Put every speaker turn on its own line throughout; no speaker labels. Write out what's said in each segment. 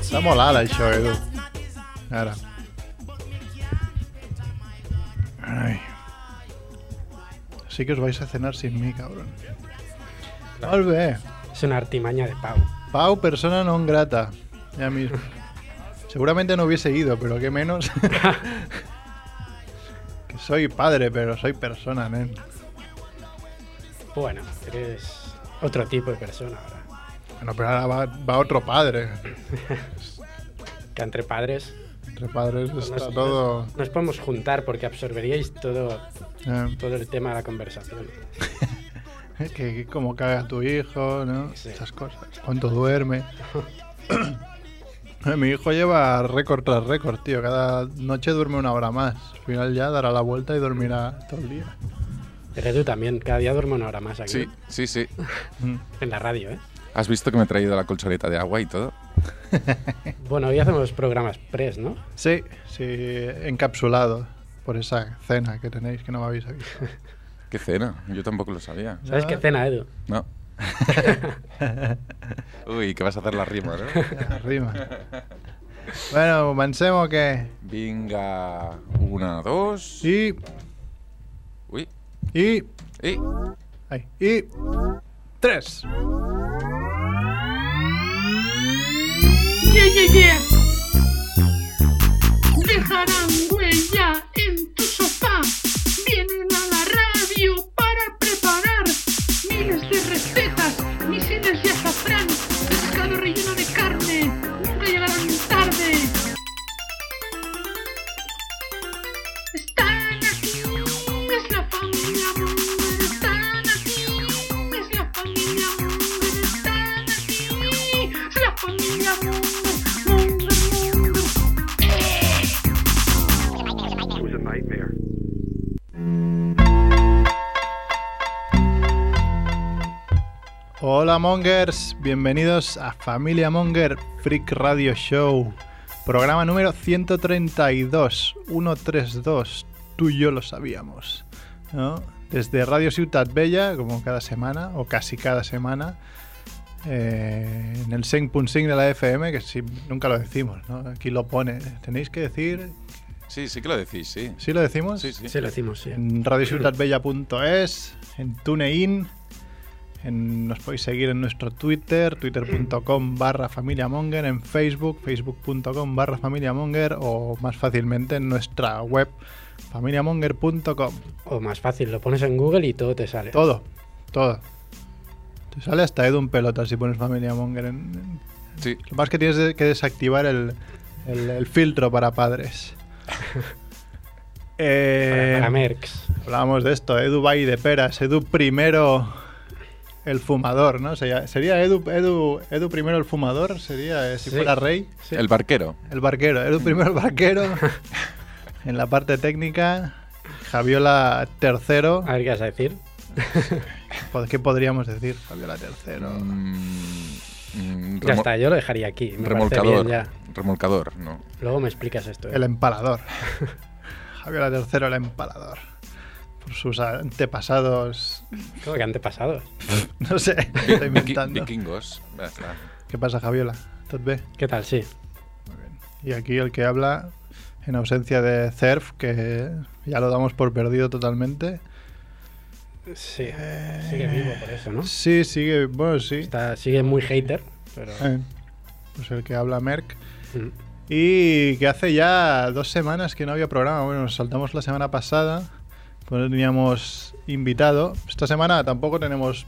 Está molada el show, Edu. Ahora. Ay. Así que os vais a cenar sin mí, cabrón. Volve.
Es una artimaña de Pau.
Pau, persona non grata. Ya mismo. Seguramente no hubiese ido, pero qué menos. que soy padre, pero soy persona, nen.
Bueno, eres otro tipo de persona ahora.
Bueno, pero ahora va, va otro padre.
Que entre padres
Entre padres
pues,
está
nos,
todo.
nos- nos podemos juntar porque absorberíais todo,
eh,
todo el tema de la conversación.
que, que cómo caga tu hijo, ¿no?
Sí.
Esas cosas. Cuánto duerme. Eh, Mi hijo lleva récord tras récord, tío. Cada noche duerme una hora más. Al final ya dará la vuelta y dormirá todo el día.
Pero tú también, cada día duermo una hora más aquí.
Sí, sí, sí.
Mm.
En la radio, ¿eh?
¿Has visto que me he traído la colchoneta de agua y todo?
Bueno, hoy hacemos programas press, ¿no?
Sí, sí, encapsulado por esa cena que tenéis que no me habéis avisado.
¿Qué cena? Yo tampoco lo sabía.
¿Sabes
Ah.
qué cena, Edu?
No. Uy, que vas a hacer la rima, ¿no?
Arriba. Bueno, comencemos que...
Venga, una, dos.
Y...
Uy,
Y...
y...
ay, y... Tres.
Yeah, yeah, yeah. Dejarán huella en tu sofá. Vienen a la radio para preparar miles de recetas, misiles de azafrán, pescado relleno de carne. Nunca llegarán tarde. Están aquí, es la familia Munger. Están aquí, es la familia Munger. Están aquí, es la familia Munger. Munger, Munger.
Hola Mongers, bienvenidos a Familia Monger Freak Radio Show, programa número 132, 132, tú y yo lo sabíamos, ¿no? Desde Radio Ciutat Bella, como cada semana, o casi cada semana, eh, en el 100.5 de la FM, que si, nunca lo decimos, ¿no? Aquí lo pone, tenéis que decir,
Sí, sí que lo decís, sí.
¿sí lo decimos?
Sí, sí.
Sí, lo hicimos, sí.
en radiociutatbella.es, en TuneIn, en- nos podéis seguir en nuestro Twitter, twitter.com barra familiamonger, en Facebook, facebook.com barra familiamonger o más fácilmente en nuestra web familiamonger.com.
O más fácil, lo pones en Google y todo te sale.
Todo, todo. Te sale hasta Edu en pelota si pones familiamonger. En, en-
Sí.
Lo más que tienes de- que desactivar el, el- el filtro para padres.
Para,
Eh,
para Merckx.
Hablábamos de esto, Edu Bay de Peras, Edu primero el fumador, ¿no? Sería, sería Edu, Edu, Edu primero el fumador, sería eh, si
Sí.
fuera rey,
Sí.
El barquero.
el barquero, Edu primero el barquero. en la parte técnica, Javiola tercero,
A ver qué vas a decir.
Pod- ¿qué podríamos decir? Javiola tercero.
Mm, mm,
Ya
remo-
está, yo lo dejaría aquí. Me parece
remolcador.
bien ya.
Remolcador, no.
Luego me explicas esto. ¿eh?
El empalador. Javiola tercero el empalador. Por sus antepasados,
¿Cómo que antepasados?
no sé, me estoy
Viqui-
inventando.
vikingos. Ya está.
¿Qué pasa, Javiola? ¿Tot bé?
¿Qué tal? Sí.
Y aquí el que habla, en ausencia de CERF, que ya lo damos por perdido totalmente.
Sí. Sigue vivo por eso, ¿no?
Sí, sigue, bueno, sí.
Está, sigue muy hater, pero...
Eh, pues el que habla Merck.
Mm.
Y que hace ya dos semanas que no había programa. Bueno, nos saltamos la semana pasada, pues no teníamos invitado. Esta semana tampoco tenemos...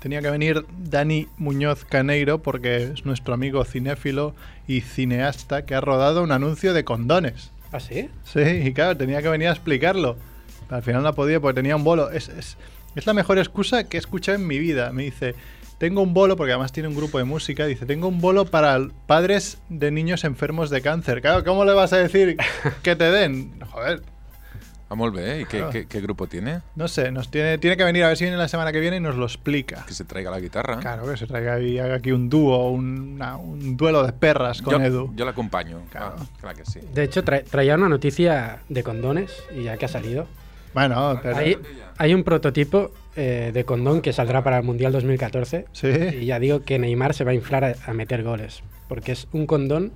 Tenía que venir Dani Muñoz Caneiro porque es nuestro amigo cinéfilo y cineasta que ha rodado un anuncio de condones.
¿Ah, sí?
Sí, y claro, tenía que venir a explicarlo. Pero al final no podía porque tenía un bolo. Es, es- es la mejor excusa que he escuchado en mi vida. Me dice, tengo un bolo, porque además tiene un grupo de música, dice, tengo un bolo para l- padres de niños enfermos de cáncer. Claro, ¿cómo le vas a decir que te den? Joder,
Ah, molt bé. ¿Y qué,
Claro.
qué- qué grupo tiene?
no sé, nos tiene, tiene que venir a ver si viene la semana que viene y nos lo explica.
Que se traiga la guitarra.
Claro, que se traiga ahí- haga aquí un dúo, un, una- un duelo de perras con
yo,
Edu.
yo la acompaño.
Claro.
Ah, claro que sí.
De hecho, tra- traía una noticia de condones y ya que ha salido.
Bueno, pero...
Hay, hay un prototipo eh, de condón que saldrá para el Mundial 2014.
Sí.
Y ya digo que Neymar se va a inflar a, a meter goles. Porque es un condón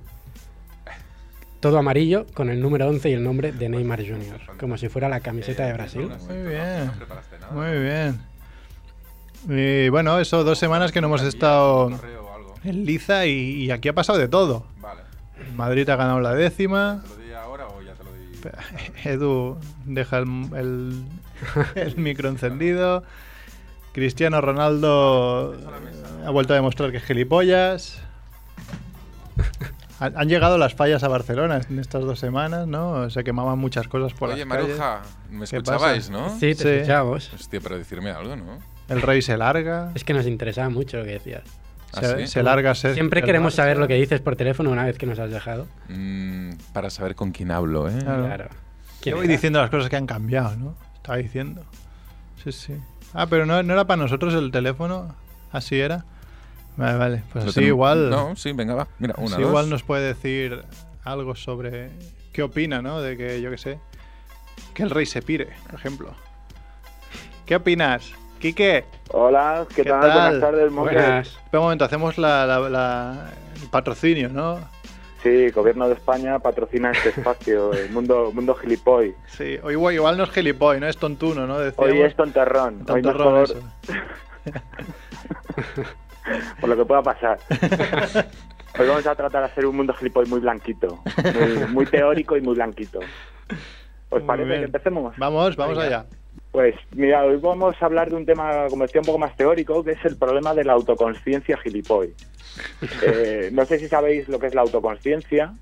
todo amarillo con el número 11 y el nombre de Neymar Jr. Como si fuera la camiseta de Brasil.
Muy bien. Muy bien. Y bueno, eso, dos semanas que no hemos estado en liza y, y aquí ha pasado de todo.
Vale.
Madrid ha ganado la décima.
¿Te lo di ahora o ya te lo di?
Edu deja el, el- el micro encendido. Cristiano Ronaldo eh, ha vuelto a demostrar que es gilipollas. Han, han llegado las fallas a Barcelona en estas dos semanas, ¿no? Se quemaban muchas cosas por
Oye,
las calles.
Maruja, me
¿Qué
escuchabais,
pasa?
¿no?
Sí, te
Sí.
escuchamos.
Hostia, pero decirme algo, ¿no?
El rey se larga.
Es que nos interesaba mucho lo que decías.
¿Ah,
se,
sí?
se larga. se-
Siempre
el-
queremos saber lo que dices por teléfono una vez que nos has dejado.
Mm, para saber con quién hablo, ¿eh?
Claro.
Claro.
Ah. Yo
¿Quién
voy
era?
diciendo las cosas que han cambiado, ¿no? Estaba diciendo. Sí, sí. Ah, pero no, no era para nosotros el teléfono. Así era. Vale, vale. Pues
Lo
así
tenemos-
igual.
No, sí, venga, va. Mira, una,
así
dos.
igual nos puede decir algo sobre qué opina, ¿no? De que, yo qué sé, que el rey se pire, por ejemplo. ¿Qué opinas? Quique,
Hola, ¿qué,
¿Qué
tal?
tal?
Buenas tardes, Monger.
Buenas.
espera un momento, hacemos la, la- la- el patrocinio, ¿no?
Sí, Gobierno de España patrocina este espacio, el mundo, mundo gilipoy.
Sí, o igual, igual no es gilipoy, ¿no? Es tontuno, ¿no? Decíamos,
Hoy es tonterrón, hoy no es
tontorrón,
por,
eso.
por lo que pueda pasar. Hoy vamos a tratar de hacer un mundo gilipoy muy blanquito, muy, muy teórico y muy blanquito. ¿Os
Muy
parece
bien.
que empecemos?
Vamos, vamos
Venga.
allá.
Pues mira, hoy vamos a hablar de un tema, como decía, un poco más teórico, que es el problema de la autoconciencia gilipoy. Eh, no sé si sabéis lo que es la autoconciencia,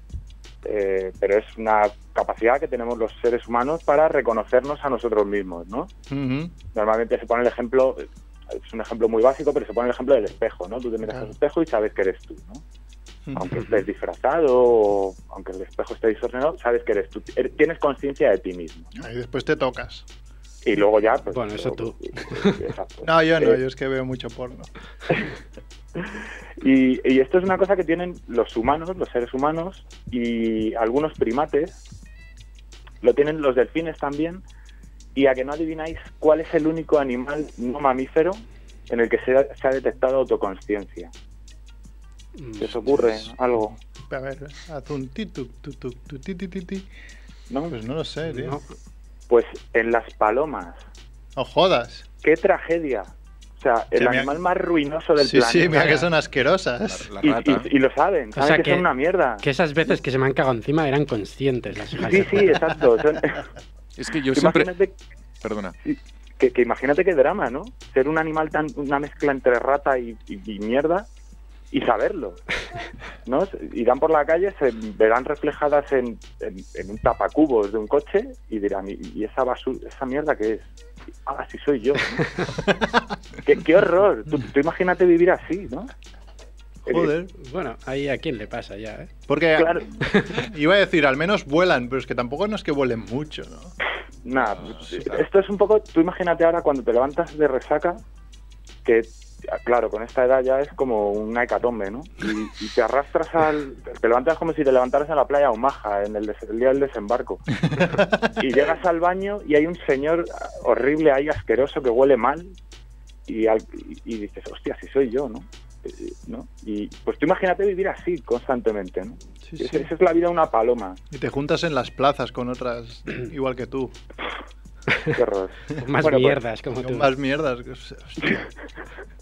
eh, pero es una capacidad que tenemos los seres humanos para reconocernos a nosotros mismos, ¿no?
Ujú.
Normalmente se pone el ejemplo, es un ejemplo muy básico, pero se pone el ejemplo del espejo, ¿no? Tú te miras
Claro.
al espejo y sabes que eres tú, ¿no? Aunque estés disfrazado o aunque el espejo esté distorsionado, sabes que eres tú. Er- Tienes conciencia de ti mismo. ¿no?
Y después te tocas.
Y luego pues, ya... Pues,
Bueno, eso tú.
Exacto.
No, yo no,
Eh,
yo es que veo mucho porno.
Y, y esto es una cosa que tienen los humanos, los seres humanos y algunos primates. Lo tienen los delfines también. Y a que no adivináis cuál es el único animal no mamífero en el que se ha, se ha detectado autoconsciencia. ¿Se os ocurre
Pues,
algo?
A ver, haz un ti, tu, tu, tu, tu, ti, ti, ti, ti.
¿No?
Pues no lo sé, tío.
No.
Pues en las palomas.
No jodas.
¡Qué tragedia! O sea, el
Sí, mira-
animal más ruinoso del
Sí,
planeta.
sí, mira que son asquerosas.
La, la
Y,
rata.
y- y lo saben,
O
saben
sea
que,
que-
son una mierda.
Que esas veces que se me han cagado encima eran conscientes las hijas
Sí,
de
sí,
puta.
exacto. son-
Es que yo siempre...
Imagínate
Perdona.
que, que imagínate qué drama, ¿no? Ser un animal tan una mezcla entre rata y, y- y mierda y saberlo, ¿no? Se- Irán por la calle, se verán reflejadas en, en- en un tapacubos de un coche y dirán, ¿y, y esa basura, esa mierda qué es? Ah, sí soy yo. ¿no? qué, qué horror! Tú, tú imagínate vivir así, ¿no?
Joder.
Bueno, ahí a quién le pasa ya, ¿eh?
Porque
Eh, claro,
iba a decir, al menos vuelan, pero es que tampoco no es que vuelen mucho, ¿no?
Nada, pues, eh, esto es un poco, tú imagínate ahora cuando te levantas de resaca, que ah, claro, con esta edad ya es como una hecatombe, ¿no? Y, y te arrastras al... Te levantas como si te levantaras en la playa Omaha, en el, des- el día del desembarco. Y llegas al baño y hay un señor ah, horrible ahí, asqueroso, que huele mal, y, al- y- y dices, hostia, si soy yo, ¿no? Eh, ¿no? Y pues tú imagínate vivir así constantemente, ¿no?
Sí,
Esa- esa es la vida de una paloma,
Y te juntas en las plazas con otras igual que tú.
qué horror.
O Más
Bueno, pues,
mierdas como tú.
Con más mierdas. Hostia.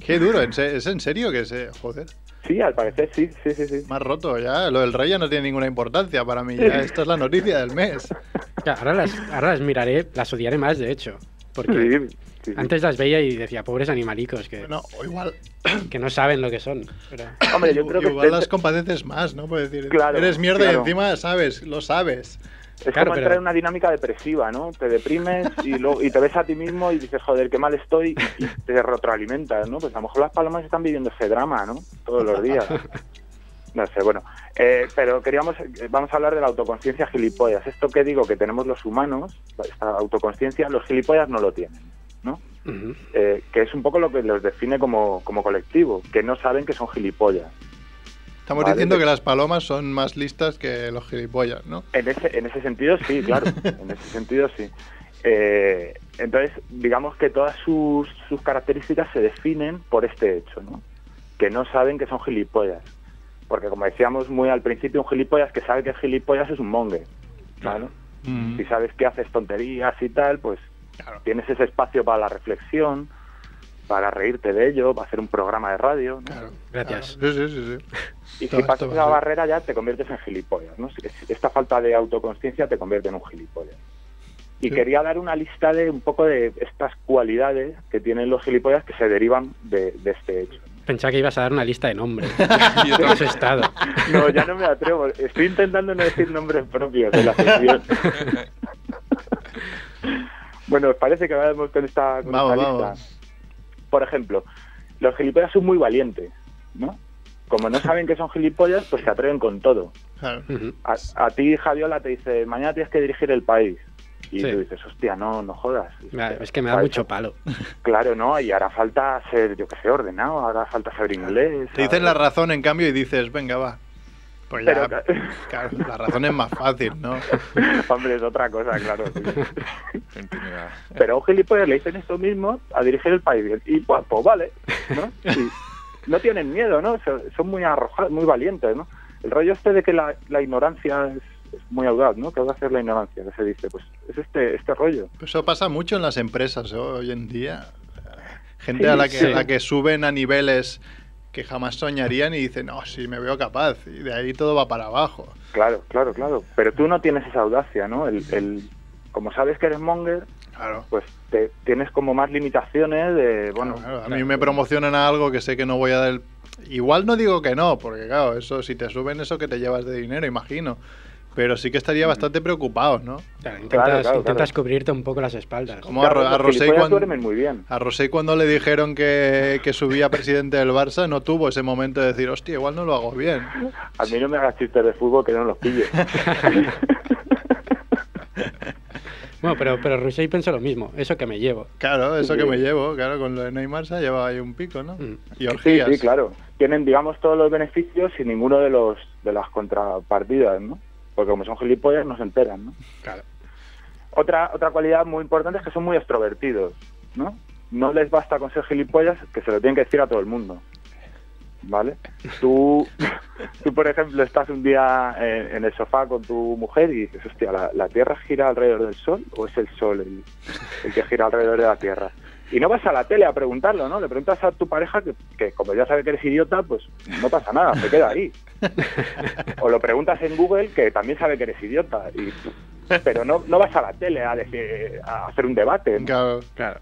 Qué duro, ¿en se- ¿es en serio que se...? Joder,
Sí, al parecer sí, sí, sí, sí.
más roto ya. Lo del rey ya no tiene ninguna importancia para mí. ya. Esta es la noticia del mes.
Claro, ahora, las, ahora las miraré, las odiaré más, de hecho. Porque
Sí, sí, sí.
antes las veía y decía, pobres animalicos que,
Bueno, o igual,
que no saben lo que son. Pero
Hombre, yo creo que
igual
es,
las compadeces más, ¿no? Por decir,
Claro,
eres mierda y
claro.
encima sabes, lo sabes.
es como
Claro, pero-
entrar en una dinámica depresiva, ¿no? Te deprimes y, luego, y te ves a ti mismo y dices, joder, qué mal estoy, y te retroalimentas, ¿no? Pues a lo mejor las palomas están viviendo ese drama, ¿no? Todos los días. No sé, bueno. Eh, pero queríamos, eh, vamos a hablar de la autoconciencia gilipollas. Esto que digo que tenemos los humanos, esta autoconciencia, los gilipollas no lo tienen, ¿no?
Ujú.
Eh, que es un poco lo que los define como, como colectivo, que no saben que son gilipollas.
Estamos
Vale,
diciendo
te-
que las palomas son más listas que los gilipollas, ¿no?
En ese, en ese sentido sí, claro. En ese sentido sí. Eh, entonces, digamos que todas sus, sus características se definen por este hecho, ¿no? que no saben que son gilipollas. Porque como decíamos muy al principio, un gilipollas que sabe que es gilipollas es un mongue. ¿vale?
Mm.
Si sabes que haces tonterías y tal, pues tienes ese espacio para la reflexión, para reírte de ello, para hacer un programa de radio. ¿no?
Claro.
Gracias.
Claro, Sí, sí, sí. sí.
Y
Esto-
si
esto
pasas
va a
la
ser-
barrera ya te conviertes en gilipollas, ¿no? Es- Esta falta de autoconciencia te convierte en un gilipollas. Y
Sí.
quería dar una lista de un poco de estas cualidades que tienen los gilipollas que se derivan de, de este hecho.
Pensaba que ibas a dar una lista de nombres.
Yo
Eso has
también.
estado.
No, ya no me atrevo. Estoy intentando no decir nombres propios de la sección. bueno, os parece que vamos con esta, con
Vamos,
esta lista.
vamos.
Por ejemplo, los gilipollas son muy valientes, ¿no? Como no saben que son gilipollas, pues se atreven con todo.
Claro.
Ujú.
A, a ti, Javiola, te dice, mañana tienes que dirigir el país. Y
Sí.
tú dices, hostia, no, no jodas.
Vale, Es que me da
Claro,
mucho palo.
Claro, no, y hará falta ser, yo que sé, ordenado, hará falta saber inglés.
Te dicen la
saber-
razón, en cambio, y dices, venga, va. Pues ya,
Pero ca-
claro, la razón es más fácil, ¿no?
Hombre, es otra cosa, claro. sí.
Intimidad.
Pero a un gilipollas le dicen esto mismo a dirigir el país. Y pues, pues vale, ¿no? Y no tienen miedo, ¿no? Son, son muy arrojados, muy valientes, ¿no? El rollo este de que la, la ignorancia es, es muy audaz, ¿no? Que va a hacer la ignorancia, que se dice. Pues es este, este rollo.
Eso pasa mucho en las empresas ¿no? hoy en día. Gente
Sí,
a, la que,
sí.
a la que suben a niveles que jamás soñarían y dicen, no, sí, me veo capaz. Y de ahí todo va para abajo.
Claro, claro, claro. Pero tú no tienes esa audacia, ¿no? El, el, como sabes que eres monger,
Claro.
pues te, tienes como más limitaciones de, bueno...
Bueno, a mí me promocionan a algo que sé que no voy a dar. el- Igual no digo que no, porque claro, eso si te suben eso que te llevas de dinero, imagino. Pero sí que
Mm.
estaría bastante preocupado, ¿no?
Claro, intentas,
claro, claro.
intentas cubrirte un poco las espaldas.
Como a, Ro- a
los
Rosell
gilipollas
cuando,
duermen muy bien.
a Rosell cuando le dijeron que, que subía presidente del Barça, no tuvo ese momento de decir, hostia, igual no lo hago bien.
A mí no me hagas chistes de fútbol que no los pillo.
Bueno, pero, pero Rusey pensó lo mismo. Eso que me llevo.
Claro, eso que
Sí.
me llevo, claro, con lo de Neymar se ha llevado ahí un pico, ¿no?
Mm.
Y
Sí,
orgías.
sí, claro. Tienen, digamos, todos los beneficios y ninguno de los de las contrapartidas, ¿no? Porque como son gilipollas, no se enteran, ¿no?
Claro.
Otra, otra cualidad muy importante es que son muy extrovertidos, ¿no? No les basta con ser gilipollas, que se lo tienen que decir a todo el mundo, ¿vale? Tú, tú por ejemplo, estás un día en, en el sofá con tu mujer y dices, hostia, ¿la, la Tierra gira alrededor del Sol o es el Sol el, el que gira alrededor de la Tierra? Y no vas a la tele a preguntarlo, ¿no? Le preguntas a tu pareja que, que como ya sabe que eres idiota, pues no pasa nada, se queda ahí. O lo preguntas en Google que también sabe que eres idiota. Y, pero no, no vas a la tele a, decir- a hacer un debate. ¿no?
Claro.
Claro.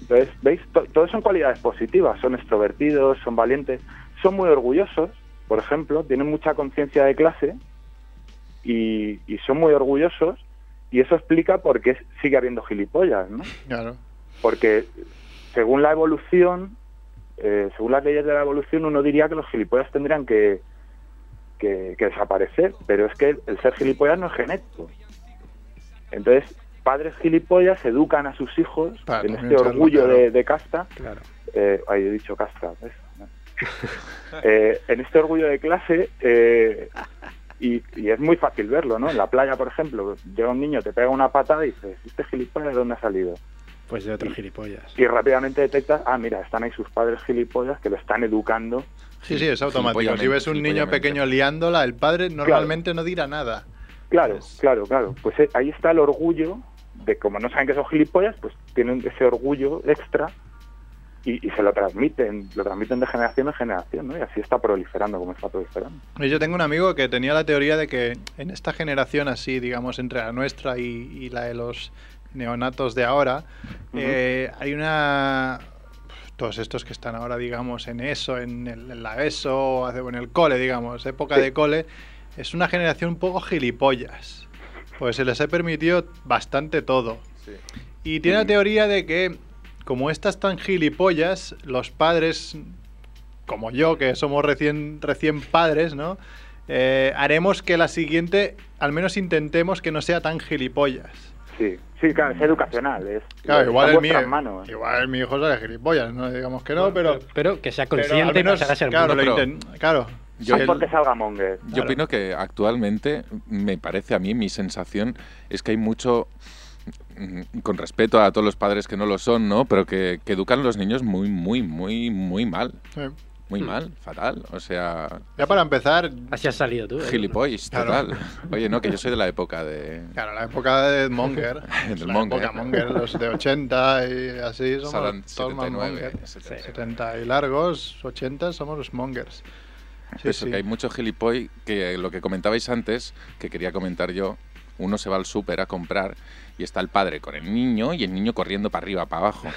Entonces, ¿veis? To- Todos son cualidades positivas. Son extrovertidos, son valientes, son muy orgullosos, por ejemplo, tienen mucha conciencia de clase y, y son muy orgullosos. Y eso explica por qué sigue habiendo gilipollas, ¿no?
Claro.
porque según la evolución, eh, según las leyes de la evolución, uno diría que los gilipollas tendrían que, que- que desaparecer, pero es que el ser gilipollas no es genético. Entonces, padres gilipollas educan a sus hijos
Para
en
también
este
serlo,
orgullo
claro.
de, de casta.
Claro.
Eh, ay, he dicho casta, ¿ves? No. Eh, en este orgullo de clase, eh, y, y es muy fácil verlo, ¿no? En la playa, por ejemplo, llega un niño, te pega una patada y dices, ¿este gilipollas de dónde ha salido?
Pues de otros gilipollas.
y rápidamente detectas, ah, mira, están ahí sus padres gilipollas que lo están educando.
Sí, sí, es automático. Si
Gilipollamente,
ves un niño
gilipollamente.
pequeño liándola, el padre normalmente no dirá nada.
Claro,
Pues-
claro, claro. Pues eh, ahí está el orgullo de como no saben que son gilipollas, pues tienen ese orgullo extra y, y se lo transmiten, lo transmiten de generación en generación, ¿no? Y así está proliferando como está proliferando.
Y Yo tengo un amigo que tenía la teoría de que en esta generación así, digamos, entre la nuestra y, y la de los neonatos de ahora,
Ujú.
eh, hay una... Todos estos que están ahora, digamos, en ESO, en, el- en la ESO, o hace- o en el cole, digamos, época
Sí.
de cole, es una generación un poco gilipollas. Pues se les ha permitido bastante todo.
Sí.
Y tiene
Mm.
la teoría de que, como estas tan gilipollas, los padres, como yo, que somos recién, recién padres, ¿no? Eh, haremos que la siguiente, al menos intentemos que no sea tan gilipollas.
Sí, sí, claro, es educacional. Es,
Mm. Claro,
está
igual
en
el, mío,
vuestras manos. ¿eh?
igual el mi hijo sale gilipollas, no digamos que no, pero...
Pero que sea
pero al
consciente
menos,
y pasar a ser
claro,
mono.
lo
Pero-
inten- claro.
Yo-
Sí,
No
el-
porque salga Monger.
Claro.
Yo opino que actualmente, me parece a mí, mi sensación es que hay mucho mm, con respeto a todos los padres que no lo son, ¿no? Pero que, que educan a los niños muy, muy, muy, muy mal.
Eh,
Muy mal, fatal. O sea,
Ya para empezar,
Así has salido tú. ¿eh?
gilipollas,
Claro.
total. Oye, no, que yo soy de la época de...
claro, la época de Monger.
Del ¿eh?
la
Monger.
época Monger, los de 80 y así somos
Salón
todos más
79,
Monger.
79.
70 y largos, 80 somos los Mongers. Sí,
Eso,
sí.
Pues que hay mucho gilipoy que eh, lo que comentabais antes, que quería comentar yo, uno se va al súper a comprar y está el padre con el niño y el niño corriendo para arriba, para abajo.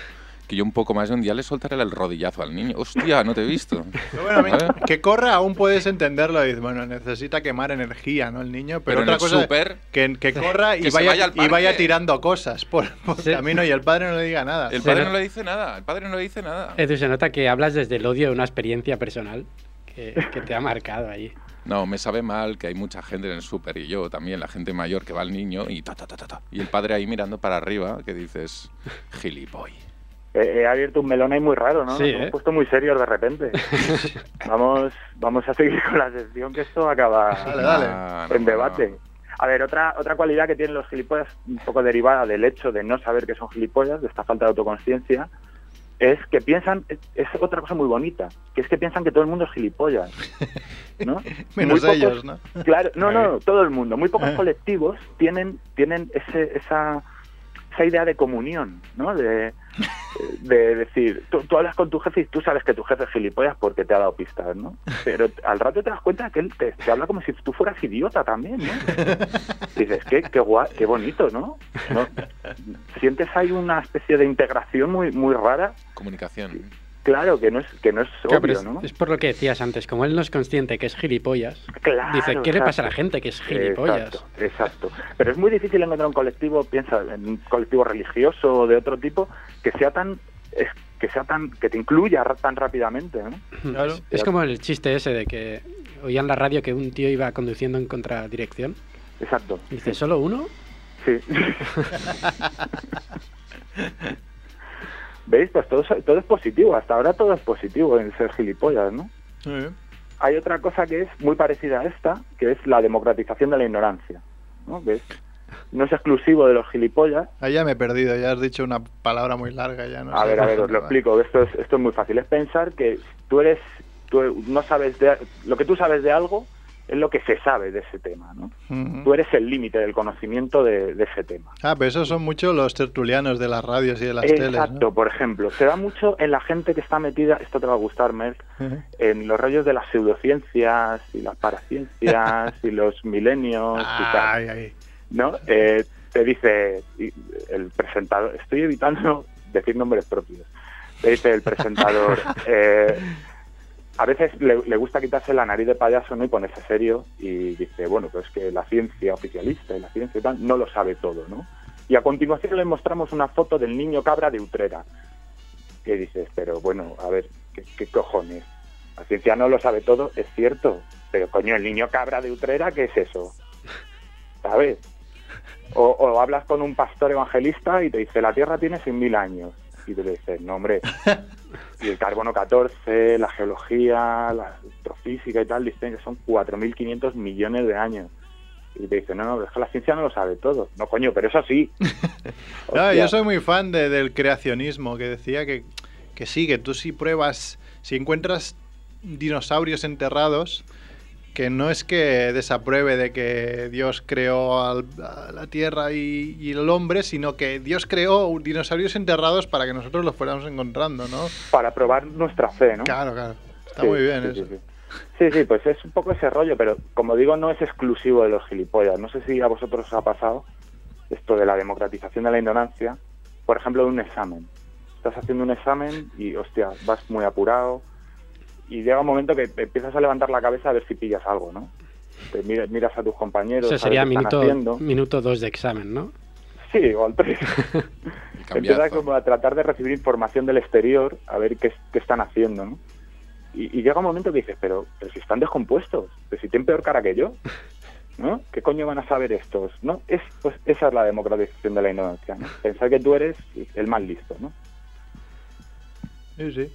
Que yo un poco más de un día le soltaré el rodillazo al niño. Hostia, no te he visto.
Pero bueno, a mí-
¿Vale?
que corra aún puedes entenderlo. Y, dices, bueno, necesita quemar energía, ¿no? El niño. Pero,
Pero en
otra
el
cosa
súper-
que, que corra y,
Que se
vaya,
vaya al
y vaya
parque.
tirando cosas por, por
Sí.
el camino y el padre no le diga nada.
El
Sí,
padre
no.
no le dice nada, el padre no le dice nada.
Eh.
Edu, se nota que hablas desde el odio de una experiencia personal que, que te ha marcado ahí.
No, me sabe mal que hay mucha gente en el súper y yo también, la gente mayor que va al niño y ta, ta, ta, ta, ta. Y el padre ahí mirando para arriba que dices, gilipoy.
He, he abierto un melón ahí muy raro, ¿no?
Sí,
Nos hemos
¿eh?
puesto muy serios de repente. vamos, vamos a seguir con la sesión que esto acaba
Dale, dale.
Ah, no,
en
no.
debate. A ver, otra, otra cualidad que tienen los gilipollas, un poco derivada del hecho de no saber que son gilipollas, de esta falta de autoconciencia, es que piensan, es- es otra cosa muy bonita, que es que piensan que todo el mundo es gilipollas. ¿no?
Menos
Muy pocos-
ellos, ¿no?
Claro, no,
Ahí.
no, todo el mundo. Muy pocos
Eh.
colectivos tienen, tienen ese, esa, esa idea de comunión, ¿no? De, de decir, tú, tú hablas con tu jefe y tú sabes que tu jefe es gilipollas porque te ha dado pistas, ¿no? Pero al rato te das cuenta que él te, te habla como si tú fueras idiota también, ¿no? Y dices, qué, qué, guay, qué bonito, ¿no? ¿no? Sientes hay una especie de integración muy, muy rara,
Comunicación.
claro, que no es, que no es
Claro, pero
obvio,
es,
¿no?
es por lo que decías antes, como él no es consciente que es gilipollas,
Claro,
dice, ¿qué le pasa a
exacto.
la gente que es gilipollas?
Exacto, exacto. Pero es muy difícil encontrar un colectivo, piensa, en un colectivo religioso o de otro tipo, que sea tan es- que sea tan que te incluya ra- tan rápidamente, ¿no?
Claro.
Es, es como el chiste ese de que oían la radio que un tío iba conduciendo en contradirección.
Exacto.
Dice, ¿solo uno?
Sí. ¿Veis? Pues todo, es- todo es positivo. Hasta ahora todo es positivo en ser gilipollas, ¿no?
Sí.
Hay otra cosa que es muy parecida a esta, que es la democratización de la ignorancia, ¿no? Que es- no es exclusivo de los gilipollas,
Ahí ya me he perdido, ya has dicho una palabra muy larga. ya no
a
sé.
ver, a ver, os lo explico. Esto es, esto es muy fácil. Es pensar que tú eres, tú no sabes de, lo que tú sabes de algo es lo que se sabe de ese tema, ¿no?
Ujú.
Tú eres el límite del conocimiento de, de ese tema.
Ah, pero esos son muchos los tertulianos de las radios y de las teles.
Exacto,
¿no?
por ejemplo. Se da mucho en la gente que está metida, esto te va a gustar, Merck,
Ujú.
en los rollos de las pseudociencias y las paraciencias y los milenios y tal.
Ay, ay.
¿no? Eh, te dice y- el presentador, estoy evitando decir nombres propios, te dice el presentador, eh, a veces le, le gusta quitarse la nariz de payaso ¿no? y ponerse serio y dice, bueno, pues que la ciencia oficialista y la ciencia y tal no lo sabe todo, ¿no? Y a continuación le mostramos una foto del niño cabra de Utrera, que dices, pero bueno, a ver, ¿qué, qué cojones? La ciencia no lo sabe todo, es cierto, pero coño, el niño cabra de Utrera, ¿qué es eso? ¿sabes? O, o hablas con un pastor evangelista y te dice, la Tierra tiene 100.000 años. Y tú le dices, no, hombre. Y el carbono 14, la geología, la astrofísica y tal, dicen que son 4.500 millones de años. Y te dice, no, no, pero es que la ciencia no lo sabe todo. No, coño, pero eso sí.
No,
Hostia.
yo soy muy fan de- del creacionismo, que decía que, que sí, que tú si pruebas, si encuentras dinosaurios enterrados, que no es que desapruebe de que Dios creó al- a la Tierra y, y el hombre, sino que Dios creó dinosaurios enterrados para que nosotros los fuéramos encontrando, ¿no?
Para probar nuestra fe, ¿no?
Claro, claro. Está
Ah. Sí,
muy bien
sí,
eso.
Sí sí. Sí, sí, pues es un poco ese rollo, pero como digo, no es exclusivo de los gilipollas. No sé si a vosotros os ha pasado esto de la democratización de la ignorancia, por ejemplo, de un examen. Estás haciendo un examen y, hostia, vas muy apurado y llega un momento que te empiezas a levantar la cabeza a ver si pillas algo, ¿no? Te mira- miras a tus compañeros,
Eso
a ver
sería
qué están
minuto,
haciendo.
minuto dos de examen, ¿no?
Sí, o al tres.
El
Empieza
cambiazo.
como a tratar de recibir información del exterior, a ver qué, qué están haciendo, ¿no? Y, y llega un momento que dices, pero, pero si están descompuestos, pero si tienen peor cara que yo, ¿no? ¿Qué coño van a saber estos? ¿No? Es, pues esa es la democratización de la ignorancia, ¿no? Pensar que tú eres el más listo, ¿no?
Sí, sí.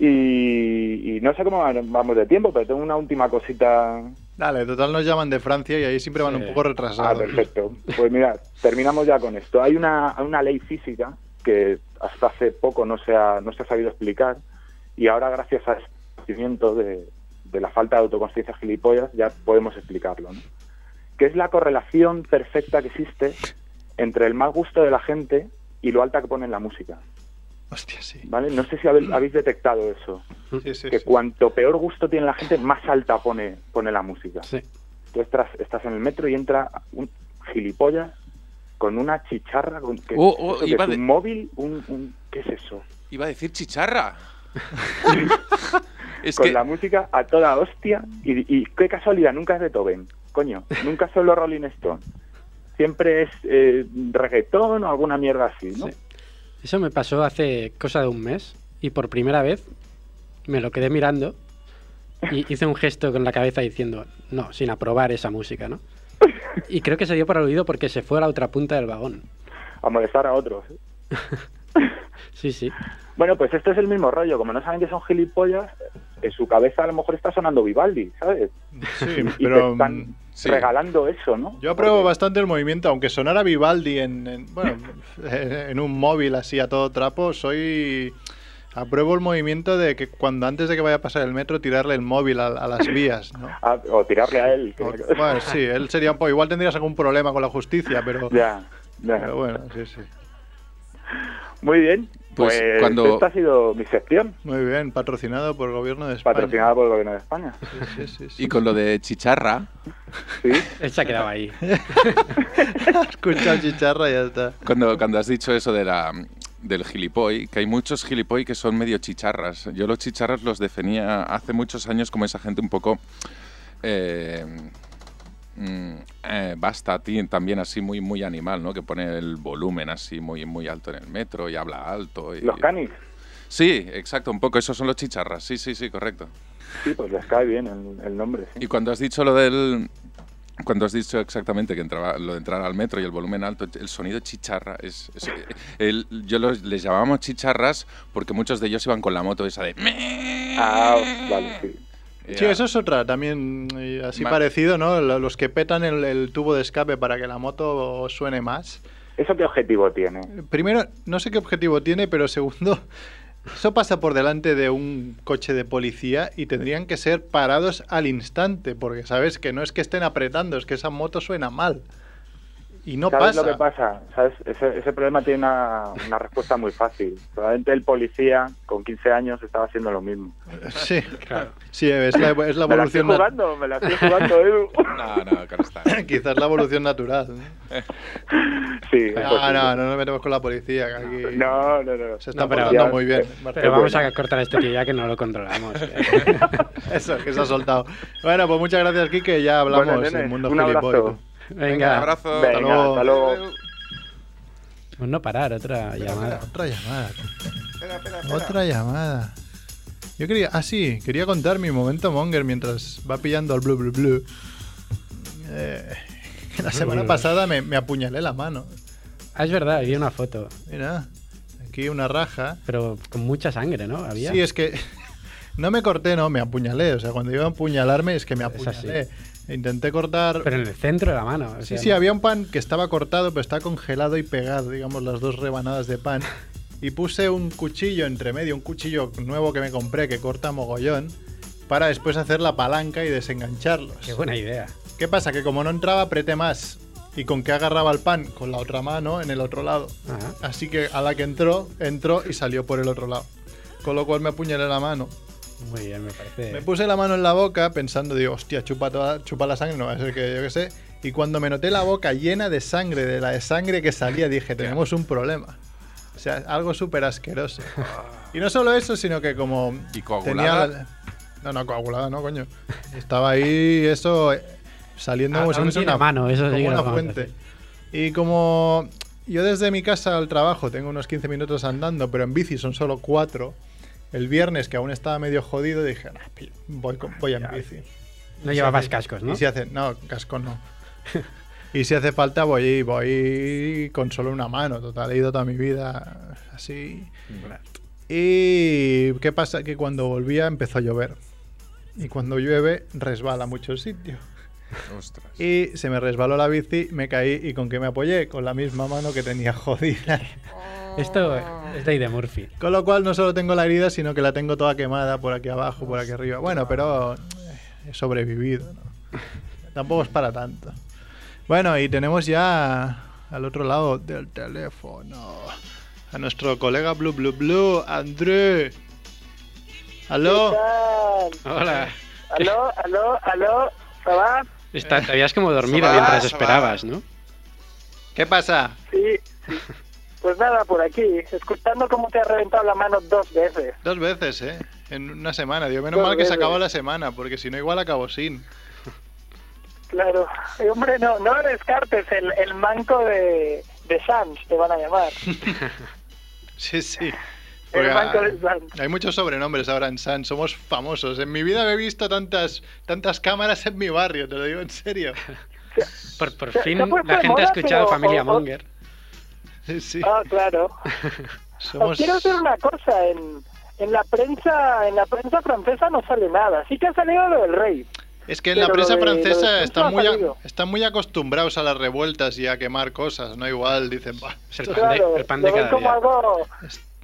Y, y no sé cómo van- vamos de tiempo, pero tengo una última cosita
Dale, total nos llaman de Francia y ahí siempre van
Sí.
un poco
Ah,
retrasados.
perfecto. Pues mira, terminamos ya con esto. Hay una, una ley física que hasta hace poco no se ha, no se ha sabido explicar y ahora gracias a este conocimiento de, de la falta de autoconciencia gilipollas ya podemos explicarlo, ¿no? Que es la correlación perfecta que existe entre el mal gusto de la gente y lo alta que pone en la música,
Hostia, sí.
¿vale? No sé si habe- habéis detectado eso,
Sí, sí,
que
sí.
cuanto peor gusto tiene la gente, más alta pone, pone la música
Sí.
tú estás, estás en el metro y entra un gilipollas con una chicharra, con que,
Oh, oh,
eso que
iba
es
de-
un móvil, un, un- ¿qué es eso?
Iba a decir chicharra. es
con
que
la música a toda hostia y, y qué casualidad, nunca es Beethoven, coño, nunca son los Rolling Stones. Siempre es eh, reggaetón o alguna mierda así, ¿no?
Sí. Eso me pasó hace cosa de un mes y por primera vez me lo quedé mirando y hice un gesto con la cabeza diciendo, no, sin aprobar esa música, ¿no? Y creo que se dio por aludido porque se fue a la otra punta del vagón.
A molestar a otros.
Sí, sí.
Bueno, pues este es el mismo rollo, como no saben que son gilipollas, en su cabeza a lo mejor está sonando Vivaldi, ¿sabes?
Sí,
Y te
pero mm,
están
sí.
regalando eso, ¿no?
Yo apruebo
Porque-
bastante el movimiento, aunque sonara Vivaldi en, en- bueno, en un móvil así a todo trapo, soy apruebo el movimiento de que cuando antes de que vaya a pasar el metro tirarle el móvil a, a las vías, ¿no?
Ah, o tirarle a él. que-
O- bueno, sí, él sería un poco, igual tendrías algún problema con la justicia, pero,
Ya, ya.
pero bueno, sí, sí.
Muy bien.
Pues
Pues,
cuando-
esta ha sido mi sección,
Muy bien, patrocinado por el gobierno de España.
patrocinada por el gobierno de España.
Sí, sí, sí.
Y con lo de chicharra,
Sí,
Él se ha quedado ahí.
Escucha chicharra y ya está.
cuando, cuando has dicho eso de la, del gilipoy, que hay muchos gilipoy que son medio chicharras. Yo los chicharras los definía hace muchos años como esa gente un poco... eh, mm, eh, basta, ti- también así muy muy animal, ¿no? Que pone el volumen así muy muy alto en el metro y habla alto. Y...
los canis.
Sí, exacto, un poco. Esos son los chicharras. Sí, sí, sí, correcto.
Sí, pues les cae bien el, el nombre. sí.
Y cuando has dicho lo del. Cuando has dicho exactamente que entraba, lo de entrar al metro y el volumen alto, el sonido chicharra es. es- el- yo los, les llamábamos chicharras porque muchos de ellos iban con la moto esa de.
Ah, vale, sí.
Sí, eso es otra también, eh, así
Ma-
parecido, ¿no? Lo- Los que petan el, el tubo de escape para que la moto suene más.
¿Eso qué objetivo tiene?
Primero, no sé qué objetivo tiene, pero segundo, eso pasa por delante de un coche de policía y tendrían que ser parados al instante, porque sabes que no es que estén apretando, es que esa moto suena mal. Y no
¿Sabes
pasa.
lo que pasa? ¿Sabes? Ese, ese problema tiene una, una respuesta muy fácil. Probablemente el policía con 15 años estaba haciendo lo mismo.
Sí, sí es, la, es la
Me la estoy
evolución. na-
jugando, me la estoy jugando, Edu.
No, no, claro está.
Quizás la evolución natural. ¿no?
Sí, es
No,
posible.
no, no nos metemos con la policía. que aquí
No, no, no.
se está
No, pero-
portando muy bien.
Pero
Martín.
vamos a cortar este tío ya que no lo controlamos.
Eso, que se ha soltado. Bueno, pues muchas gracias, Kike. Ya hablamos
Bueno,
del
nene,
mundo
un abrazo.
gilipollas.
Un
Venga,
abrazo.
Venga,
luego.
hasta luego.
pues no parar, otra llamada.
Otra llamada. Otra llamada. Yo quería. Ah, sí, quería contar mi momento Monger mientras va pillando al blue blue blue. Eh, que la semana pasada me, me apuñalé la mano.
Ah, es verdad, había una foto,
Mira, aquí una raja.
pero con mucha sangre, ¿no? Había.
Sí, es que no me corté, no, me apuñalé. O sea, cuando iba a apuñalarme es que me
Es así.
apuñalé. Intenté cortar.
Pero en el centro de la mano. o
Sí,
sea,
sí, había un pan que estaba cortado, pero estaba congelado y pegado, digamos, las dos rebanadas de pan. Y puse un cuchillo entre medio, un cuchillo nuevo que me compré que corta mogollón, para después hacer la palanca y desengancharlos.
Qué buena idea.
¿Qué pasa? Que como no entraba, apreté más. ¿Y con qué agarraba el pan? Con la otra mano en el otro lado.
Ajá.
Así que a la que entró, entró y salió por el otro lado. Con lo cual me apuñalé la mano.
Muy bien, me parece.
Me puse la mano en la boca pensando, digo, hostia, chupa, toda, chupa la sangre, no va a ser que yo qué sé. Y cuando me noté la boca llena de sangre, de la de sangre que salía, dije, tenemos un problema. O sea, algo súper asqueroso. Y no solo eso, sino que como...
¿Y coagulada?
tenía No, no, coagulada, no, coño. Estaba ahí eso eh, saliendo
Ah,
como si
aún
fuese
tiene
una
mano, eso sí
como
que lo
una
vamos a
fuente.
decir.
Y como yo desde mi casa al trabajo tengo unos 15 minutos andando, pero en bici son solo 4, el viernes que aún estaba medio jodido dije, "Nah, pillo, voy, con- voy en bici.
No llevabas cascos, ¿no?
Y si hace, no, casco no. y si hace falta voy, voy con solo una mano, total, he ido toda mi vida así. Y qué pasa que cuando volvía empezó a llover. Y cuando llueve, resbala mucho el sitio.
Ostras.
Y se me resbaló la bici, me caí y con qué me apoyé, con la misma mano que tenía jodida.
Esto es ley de Murphy.
Con lo cual no solo tengo la herida, sino que la tengo toda quemada por aquí abajo, por aquí arriba. Bueno, pero eh, he sobrevivido. ¿no? Tampoco es para tanto. Bueno, y tenemos ya al otro lado del teléfono a nuestro colega Blue Blue Blue, André. ¿Aló?
Hola.
Aló, aló, aló, ¿ça va?
Está, te habías como dormido
va,
mientras
se va.
esperabas, ¿no?
¿Qué pasa?
Sí. Pues nada, por aquí, escuchando cómo te ha reventado la mano dos veces.
Dos veces, ¿eh? En una semana. Digo, menos
Dos
mal que se
veces.
acabó la semana, porque si no, igual acabo sin.
Claro. Y, hombre, no, no descartes el, el manco de, de Sanz, te van a llamar.
Sí, sí.
El
Porque,
manco
ah,
de Sanz.
hay muchos sobrenombres ahora en San, somos famosos. En mi vida he visto tantas, tantas cámaras en mi barrio, te lo digo en serio.
Por, por
Se-
fin
se ha puesto
la
de
gente ha
moda,
escuchado
pero-
Familia
o- o-
Monger.
Sí, sí.
Ah, claro. Os
Somos...
quiero hacer una cosa, en, en la prensa en la prensa francesa no sale nada. Sí que ha salido lo del rey.
Es que en la
Pero lo
prensa
de- lo de
francesa
Sancho
están
ha
muy, a-
salido.
están muy acostumbrados a las revueltas y a quemar cosas, ¿no? Igual dicen, "Bah,
Es el pan de,
Claro,
el pan de
lo ven
cada
como
día. Ah,
algo...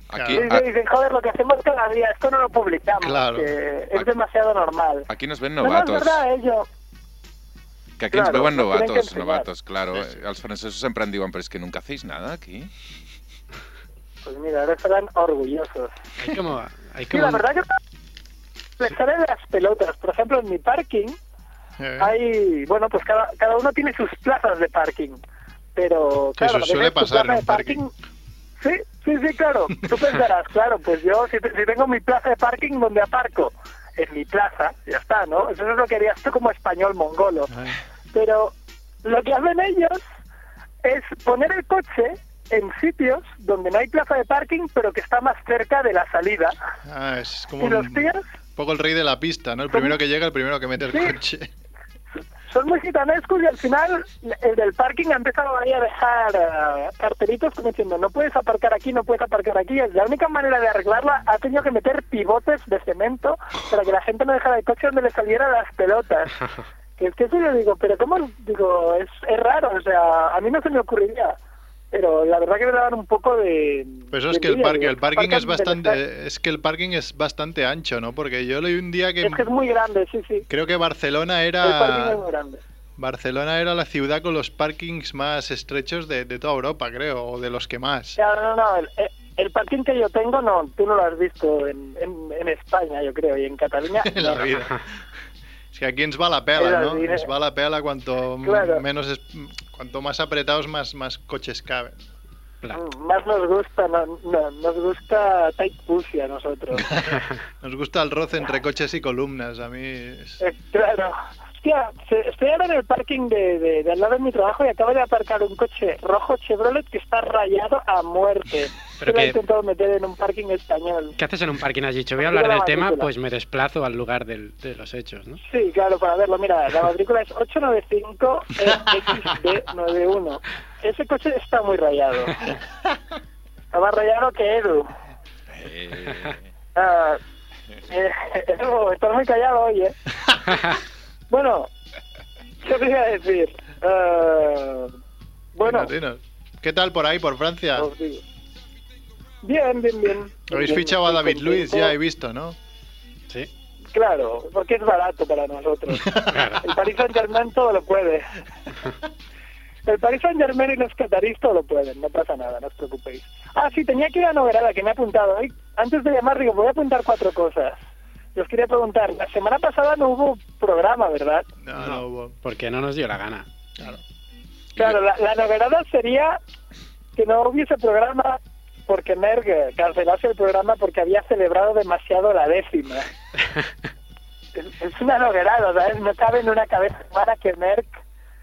Aquí,
Sí,
Claro.
a-
sí, dicen, joder, lo que hacemos cada día, esto no lo publicamos,
Claro.
que es demasiado normal.
aquí nos ven
No, no,
novatos.
es verdad, eh, yo-
Que aquí ens
Claro,
veuen
no tenen que
novatos,
ensenyar.
novatos, claro.
Sí, sí.
Els francesos sempre en diuen, però és que nunca hacéis nada aquí.
Pues mira, ahora estarán orgullosos.
Hay como, hay
Sí,
como
la
un-
verdad que les salen las pelotas. Por ejemplo, en mi parking
eh".
hay... Bueno, pues cada, cada uno tiene sus plazas de parking. Pero,
Que
claro,
eso suele
tienes tu
pasar en
plaza
un
de Sí, sí, sí, claro. Tú pensarás, claro, pues yo si, te- si tengo mi plaza de parking donde aparco, en mi plaza, ya está, ¿no? Eso es lo que harías tú como español mongolo.
Ay.
Pero lo que hacen ellos es poner el coche en sitios donde no hay plaza de parking, pero que está más cerca de la salida.
Ah, es como
Y los
un
tíos
poco el rey de la pista, ¿no? El primero que llega, el primero que mete el
Sí.
coche.
son muy gitanescos y al final el del parking ha empezado ahí a dejar eh, carteritos como diciendo no puedes aparcar aquí, no puedes aparcar aquí. La única manera de arreglarla ha tenido que meter pivotes de cemento para que la gente no dejara el coche donde le saliera las pelotas. Que es que eso yo digo, pero ¿cómo? Digo, es, es raro, o sea, a mí no se me ocurriría. Pero la verdad que me daban un poco de...
Pero eso
de
Pues es que el,
envidia,
parque,
digo,
el parking es
aparcan donde está-
bastante es que el parking es bastante ancho, ¿no? Porque yo leí un día que
Es que es muy grande, sí, sí.
creo que Barcelona
El parking es muy
era
grande.
Barcelona era la ciudad con los parkings más estrechos de, de toda Europa, creo, o de los que más.
No, no, no. El, eh, el parking que yo tengo, no, tú no lo has visto en, en, en España, yo creo, y en Cataluña.
En la
no.
vida. Es que aquí ens va la pela,
Era
¿no?
decir,
Ens va la pela cuanto
Claro.
menos es- cuanto más apretados más más coches caben.
Claro.
Mm, Más nos gusta, no, no, nos gusta Tight Pussy a nosotros.
Nos gusta el roce entre coches y columnas, a mí es-
Eh, claro. Hostia, se- estoy ahora en el parking de, de, de al lado de mi trabajo y acabo de aparcar un coche rojo Chevrolet que está rayado a muerte.
Pero
Yo lo he
que-
intentado meter en un parking español.
¿Qué haces en un parking? Has dicho, voy a
Mira
hablar
la
del tema,
matrícula.
pues me desplazo al lugar del- de los hechos, ¿no?
Sí, claro, para verlo. Mira, la matrícula es eh, 895XD91. Ese coche está muy rayado. Está más rayado que Edu. Ah, eh, Edu, estás muy callado hoy, ¿eh? Bueno, ¿qué te iba a decir? Ah, bueno,
Dinos, dinos. ¿Qué tal por ahí, por Francia?
os digo. Bien, bien, bien.
Habéis
Bien,
fichado a
estoy
David Luis,
contento.
ya he visto, ¿no?
Sí.
Claro, porque es barato para nosotros.
Claro.
El Paris Saint Germain todo lo puede. El Paris Saint Germain y los cataristas todo lo pueden, no pasa nada, no os preocupéis. Ah, sí, tenía que ir a Noverada, que me ha apuntado. Ay, Antes de llamar, digo, voy a apuntar cuatro cosas. Y os quería preguntar, la semana pasada no hubo programa, ¿verdad?
No, no hubo.
Porque no nos dio la gana.
Claro, la, la novedad sería que no hubiese programa porque Merck eh, cancelase el programa porque había celebrado demasiado la décima. es, es una novedad, ¿sabes? No cabe en una cabeza humana que Merck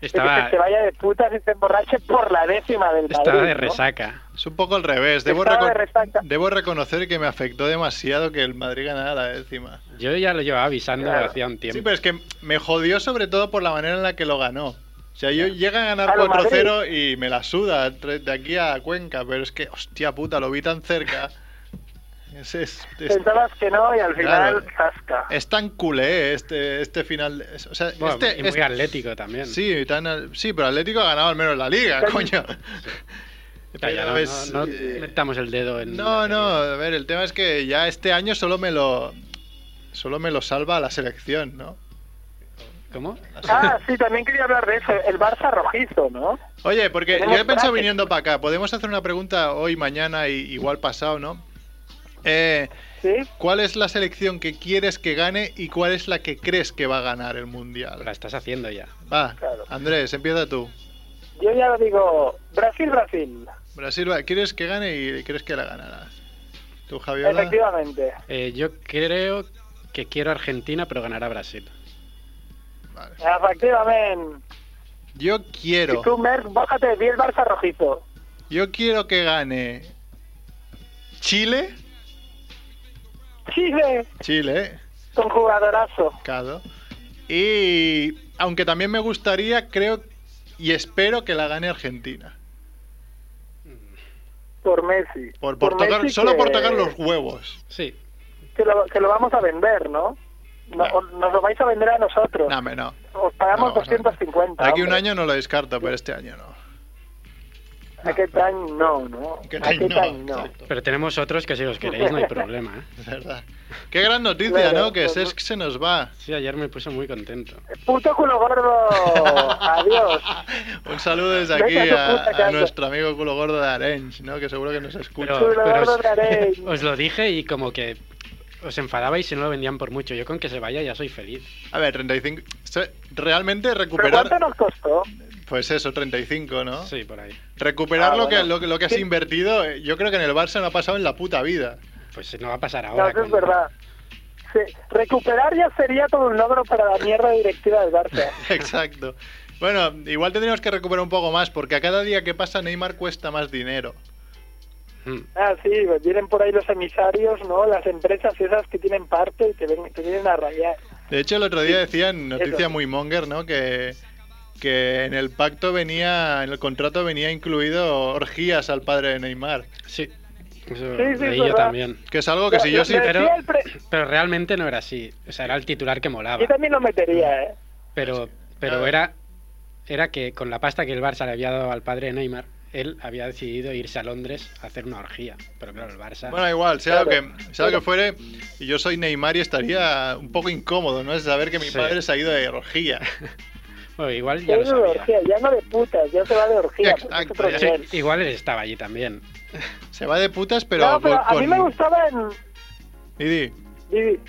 Estaba,
que se vaya de putas y se emborrache por la décima del
estaba
Madrid,
de
¿no?
resaca.
Es un poco al revés. Debo,
Estaba de
reco-
resaca.
debo reconocer que me afectó demasiado que el Madrid ganara la décima.
Yo ya lo llevaba avisando
Claro.
hacía un tiempo.
Sí, pero es que me jodió sobre todo por la manera en la que lo ganó. O sea, yo llega a
A
ganar
lo
4-0 y me la suda tre- de aquí a Cuenca, pero es que, hostia puta, lo vi tan cerca. Es, es-
este-
es-
Pensabas que no y al
Claro.
final, zasca.
es tan culé eh, este, este final. es- O sea,
Bueno,
este,
y muy
este-
atlético también.
sí, tan al- sí, pero Atlético ha ganado al menos la liga, coño.
Calla,
Pero
no,
es-
no- no
eh,
metamos el dedo en.
No, no, a ver, el tema es que ya este año solo me lo solo me lo salva la selección, ¿no?
¿Cómo?
Ah, sí, también quería hablar de eso. El Barça rojizo, ¿no?
Oye, porque yo
Tenemos
he pensado
traje.
viniendo para acá, podemos hacer una pregunta hoy, mañana y igual pasado, ¿no? Eh,
Sí.
¿Cuál es la selección que quieres que gane y cuál es la que crees que va a ganar el mundial?
La estás haciendo ya.
Va,
Claro.
Andrés, empieza tú.
Yo ya lo digo, Brasil, Brasil.
Brasil, va- ¿quieres que gane y crees que la ganará? ¿Tú, Javiola?
Efectivamente.
Eh, yo creo que quiero Argentina, pero ganará Brasil.
Vale.
Efectivamente.
Yo quiero,
Y tú, Merck, bájate, vi el Barça rojizo.
yo quiero que gane Chile,
Chile,
Chile, ¿eh?
con jugadorazo.
Claro. Y aunque también me gustaría, creo y espero que la gane Argentina.
Por Messi.
Por, por tocar,
Messi
solo por
que-
tocar los huevos.
Sí.
Que lo, que lo vamos a vender, ¿no? No,
Nah.
o- Nos lo vais a vender a nosotros.
No, hombre, no.
Os pagamos
Ah. No, vamos a ver.
250.
De aquí un
hombre.
año no lo descarto, pero este año no.
Aquest any no, ¿no?
Que
Aquest
no,
any no.
exacto,
Pero tenemos otros que si los queréis no hay problema. ¿eh?
es verdad. Qué gran noticia,
Claro,
¿no? Que
pues-
Sesc se nos va.
Sí, ayer me puse muy contento.
Puto culo gordo. Adiós.
Un saludo desde
Vete
aquí
a tu puta
a, a
casa.
nuestro amigo culo gordo de Arench, ¿no? Que seguro que nos escucha.
Pero-
Culo gordo de
os,
Arenys.
os lo dije y como que os enfadabais si no lo vendían por mucho. Yo con que se vaya ya soy feliz.
A ver, 35. se- Realmente
¿Pero cuánto
recuperar.
nos costó?
Pues eso, 35, ¿no?
Sí, por ahí.
Recuperar
Ah,
lo, que,
bueno.
lo, que- lo que has
Sí.
invertido, eh, yo creo que en el Barça no ha pasado en la puta vida.
Pues no va a pasar
No,
ahora.
eso es
con-
verdad. Sí, recuperar ya sería todo un logro para la mierda directiva del Barça.
Exacto. Bueno, igual tendríamos que recuperar un poco más, porque a cada día que pasa Neymar cuesta más dinero.
Mm.
Ah, sí, vienen por ahí los emisarios, ¿no? Las empresas esas que tienen parte y te, ven- te vienen a rayar.
De hecho, el otro día
Sí,
decían, noticia
eso.
muy monger, ¿no? Que, que en el pacto venía, en el contrato venía incluido orgías al padre de Neymar.
Sí. Eso
Sí, sí, es
leí yo
verdad.
también.
Que es algo que si yo
Lo-
sí...
lo decía
pero-
el pre-
Pero realmente no era así. O sea, era el titular que molaba.
Yo también lo metería, ¿eh?
Pero, pero era, era que con la pasta que el Barça le había dado al padre de Neymar, él había decidido irse a Londres a hacer una orgía. Pero claro, el Barça.
Bueno, igual, sea,
Claro.
lo, que, sea lo que fuere, y yo soy Neymar y estaría un poco incómodo, ¿no? Es saber que mi
Sí.
padre se ha ido de orgía.
Bueno, igual ya
Ya
lo
de
sabía.
orgía, ya no de putas, ya se va de orgía. porque es
Exacto,
otro
ya.
nivel.
Sí, igual él estaba allí también.
Se va de putas, pero...
no, pero a mí
con-
me gustaba en,
Didi.
Vivi,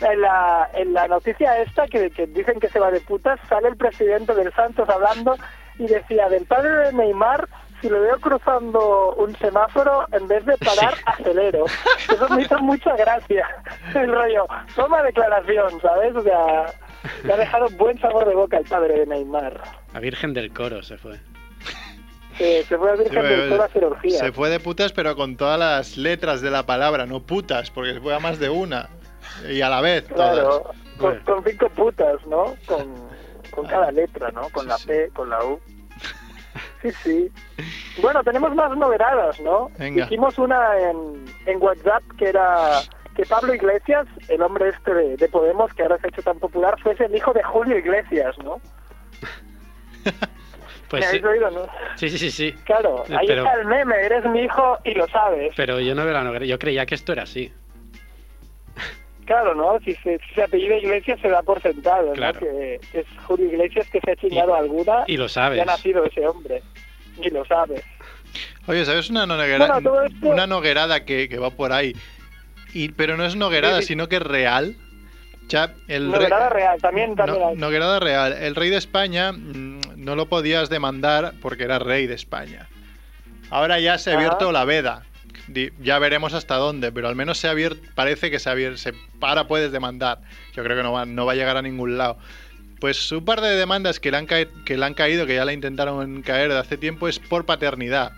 en la, en la noticia esta que, que dicen que se va de putas, sale el presidente del Santos hablando y decía, del padre de Neymar, si lo veo cruzando un semáforo, en vez de parar, acelero. Eso me hizo mucha gracia. El rollo, toma declaración, ¿sabes? O sea, le ha dejado buen sabor de boca el padre de Neymar.
La Virgen del Coro se fue.
Que se fue a Virgen
Sí,
del Toro a cirugía.
Se fue de putas, pero con todas las letras de la palabra, no putas, porque se fue a más de una. Y a la vez, todas.
Claro, con,
Bueno. Ah.
con cinco putas, ¿no? Con, con cada letra, ¿no? Con la P, con la U. Sí, sí. Bueno, tenemos más novedades, ¿no?
Venga.
Hicimos una en, en WhatsApp que era que Pablo Iglesias, el hombre este de, de Podemos que ahora se ha hecho tan popular, fuese el hijo de Julio Iglesias, ¿no?
Pues
¿Me
sí.
habéis oído, no?
Sí, sí, sí, sí.
Claro, ahí
Pero-
está el meme, eres mi hijo y lo sabes.
Pero yo no veo la novela. Yo creía que esto era así.
Claro, ¿no? Si se, si se apellida Iglesias se da por sentado, ¿no?
Claro.
Que, que es Julio Iglesias que se ha chingado alguna
Y lo
Ya
sabes.
ha nacido ese hombre. Y lo sabes.
Oye, ¿sabes una noguera-
Bueno, todo esto-
una noguerada que, que va por ahí? Y, pero no es noguerada,
Sí, sí.
sino que es real. O sea, el re-
Novedad real, también, también
No-
hay.
noguerada real. El rey de España mm, no lo podías demandar porque era rey de España. Ahora ya se ha
Ajá.
abierto la veda. Di- Ya veremos hasta dónde, pero al menos se ha abier- parece que se, ha abier- se para puedes demandar. Yo creo que no va, no va a llegar a ningún lado. Pues un par de demandas que le, han cae- que le han caído, que ya la intentaron caer de hace tiempo, es por paternidad.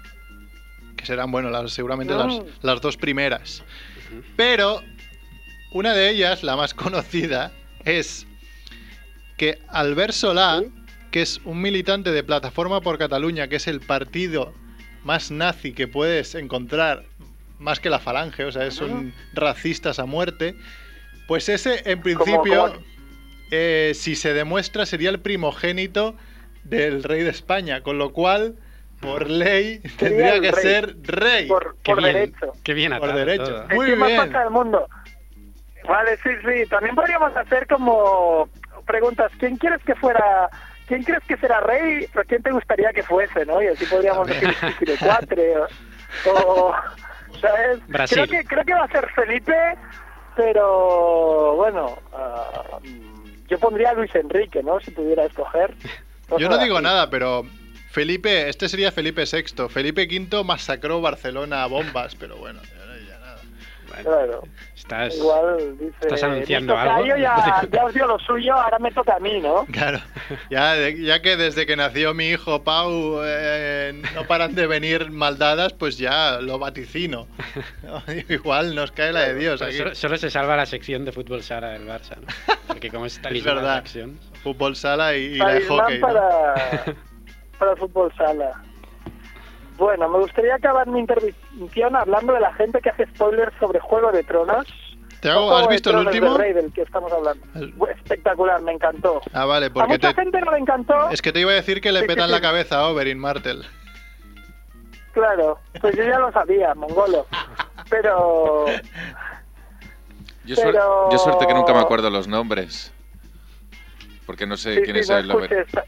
Que serán, bueno, las, seguramente las,
Mm.
las dos primeras. Pero una de ellas, la más conocida, es que Albert Solá, que es un militante de Plataforma por Cataluña, que es el partido más nazi que puedes encontrar más que la falange, o sea, es un racistas a muerte. Pues ese, en
Como-
principio,
como-
eh, si se demuestra, sería el primogénito del rey de España, con lo cual, por ley, tendría
el
que
rey.
ser rey.
eh, por,
Qué
por
bien.
derecho. Eh,
Qué bien
Por
atado
derecho.
todo.
Muy
es que más
bien.
pasa del mundo. Vale, sí, sí. También podríamos hacer como preguntas. ¿Quién quieres que fuera? ¿Quién crees que será rey? ¿Pero quién te gustaría que fuese, no? Y así podríamos
También.
decir Chichirecuatre o, o ¿sabes?
Brasil.
Creo que creo que va a ser Felipe, pero bueno, ah, yo pondría a Luis Enrique, ¿no? Si pudiera escoger.
Yo no
Cosas
digo
así.
nada, pero Felipe, este sería Felipe VI. Felipe V masacró Barcelona a bombas, pero bueno, ya no- ya nada.
Claro.
Estás...
Igual dice.
Pues, ¿Estás anunciando
"Mi tocayo
algo?"
Ya, ya os dio lo suyo, ahora me toca a mí, ¿no?
Claro, ya, de- ya que desde que nació mi hijo Pau eh, no paran de venir maldadas, pues ya lo vaticino. ¿no? Igual nos cae la de Dios
Pero
aquí.
Pues Solo, solo se salva la sección de fútbol sala del Barça, ¿no? Porque como es talismán la
verdad.
sección...
Fútbol sala y, y la de
Talismán
hockey. ¿no?
para, para fútbol sala. Bueno, me gustaría acabar mi intervención hablando de la gente que hace spoilers sobre Juego de Tronos.
¿Te hago-
No Juego
Oh, ¿Has
de
visto el
Tronos
último?
del Rey del que estamos hablando.
El-
Fue Espectacular, me encantó.
Ah, vale,
A
porque
mucha
te-
gente no le encantó,
es que te iba a decir que le
Sí, sí,
petan la
sí.
cabeza a Oberyn Martel.
claro. Pues yo ya lo sabía, mongolo. Pero
Yo, suer-
Pero-
yo suerte que nunca me acuerdo los nombres. Porque no sé
sí,
quién
sí,
es
no
el Lover.
escuches esta-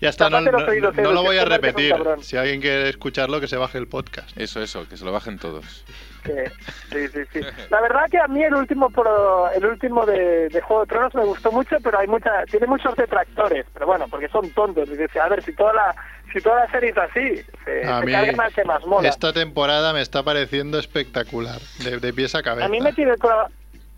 Ya está, no,
Tápate los
no-
oídos,
no
Edu,
lo
que
voy a
esto no te hace un
repetir.
cabrón.
Si alguien quiere escucharlo, que se baje el podcast.
Eso, eso, que se lo bajen todos.
Que- sí, sí, sí. La verdad que a mí el último pro- el último de, de Juego de Tronos me gustó mucho, pero hay mucha, tiene muchos detractores, pero bueno, porque son tontos. Y dice, a ver, si toda la, si toda la serie es así, se,
A
se
mí
cargan al Eh, que más mola.
esta temporada me está pareciendo espectacular, de, de pies a cabeza.
A mí me tiene el cora-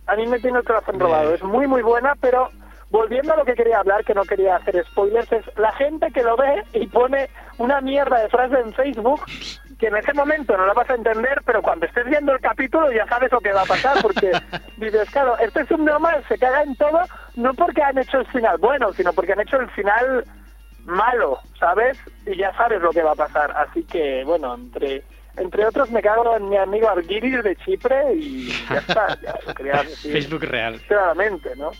a mí me tiene el corazón robado. Es muy muy buena, pero volviendo a lo que quería hablar, que no quería hacer spoilers, es la gente que lo ve y pone una mierda de frase en Facebook que en ese momento no la vas a entender, pero cuando estés viendo el capítulo ya sabes lo que va a pasar, porque dices, claro, este es un drama, se caga en todo, no porque han hecho el final bueno, sino porque han hecho el final malo, ¿sabes? Y ya sabes lo que va a pasar. Así que, bueno, entre entre otros me cago en mi amigo Argyris de Chipre y ya está, ya lo quería decir
Facebook real.
claramente, ¿no?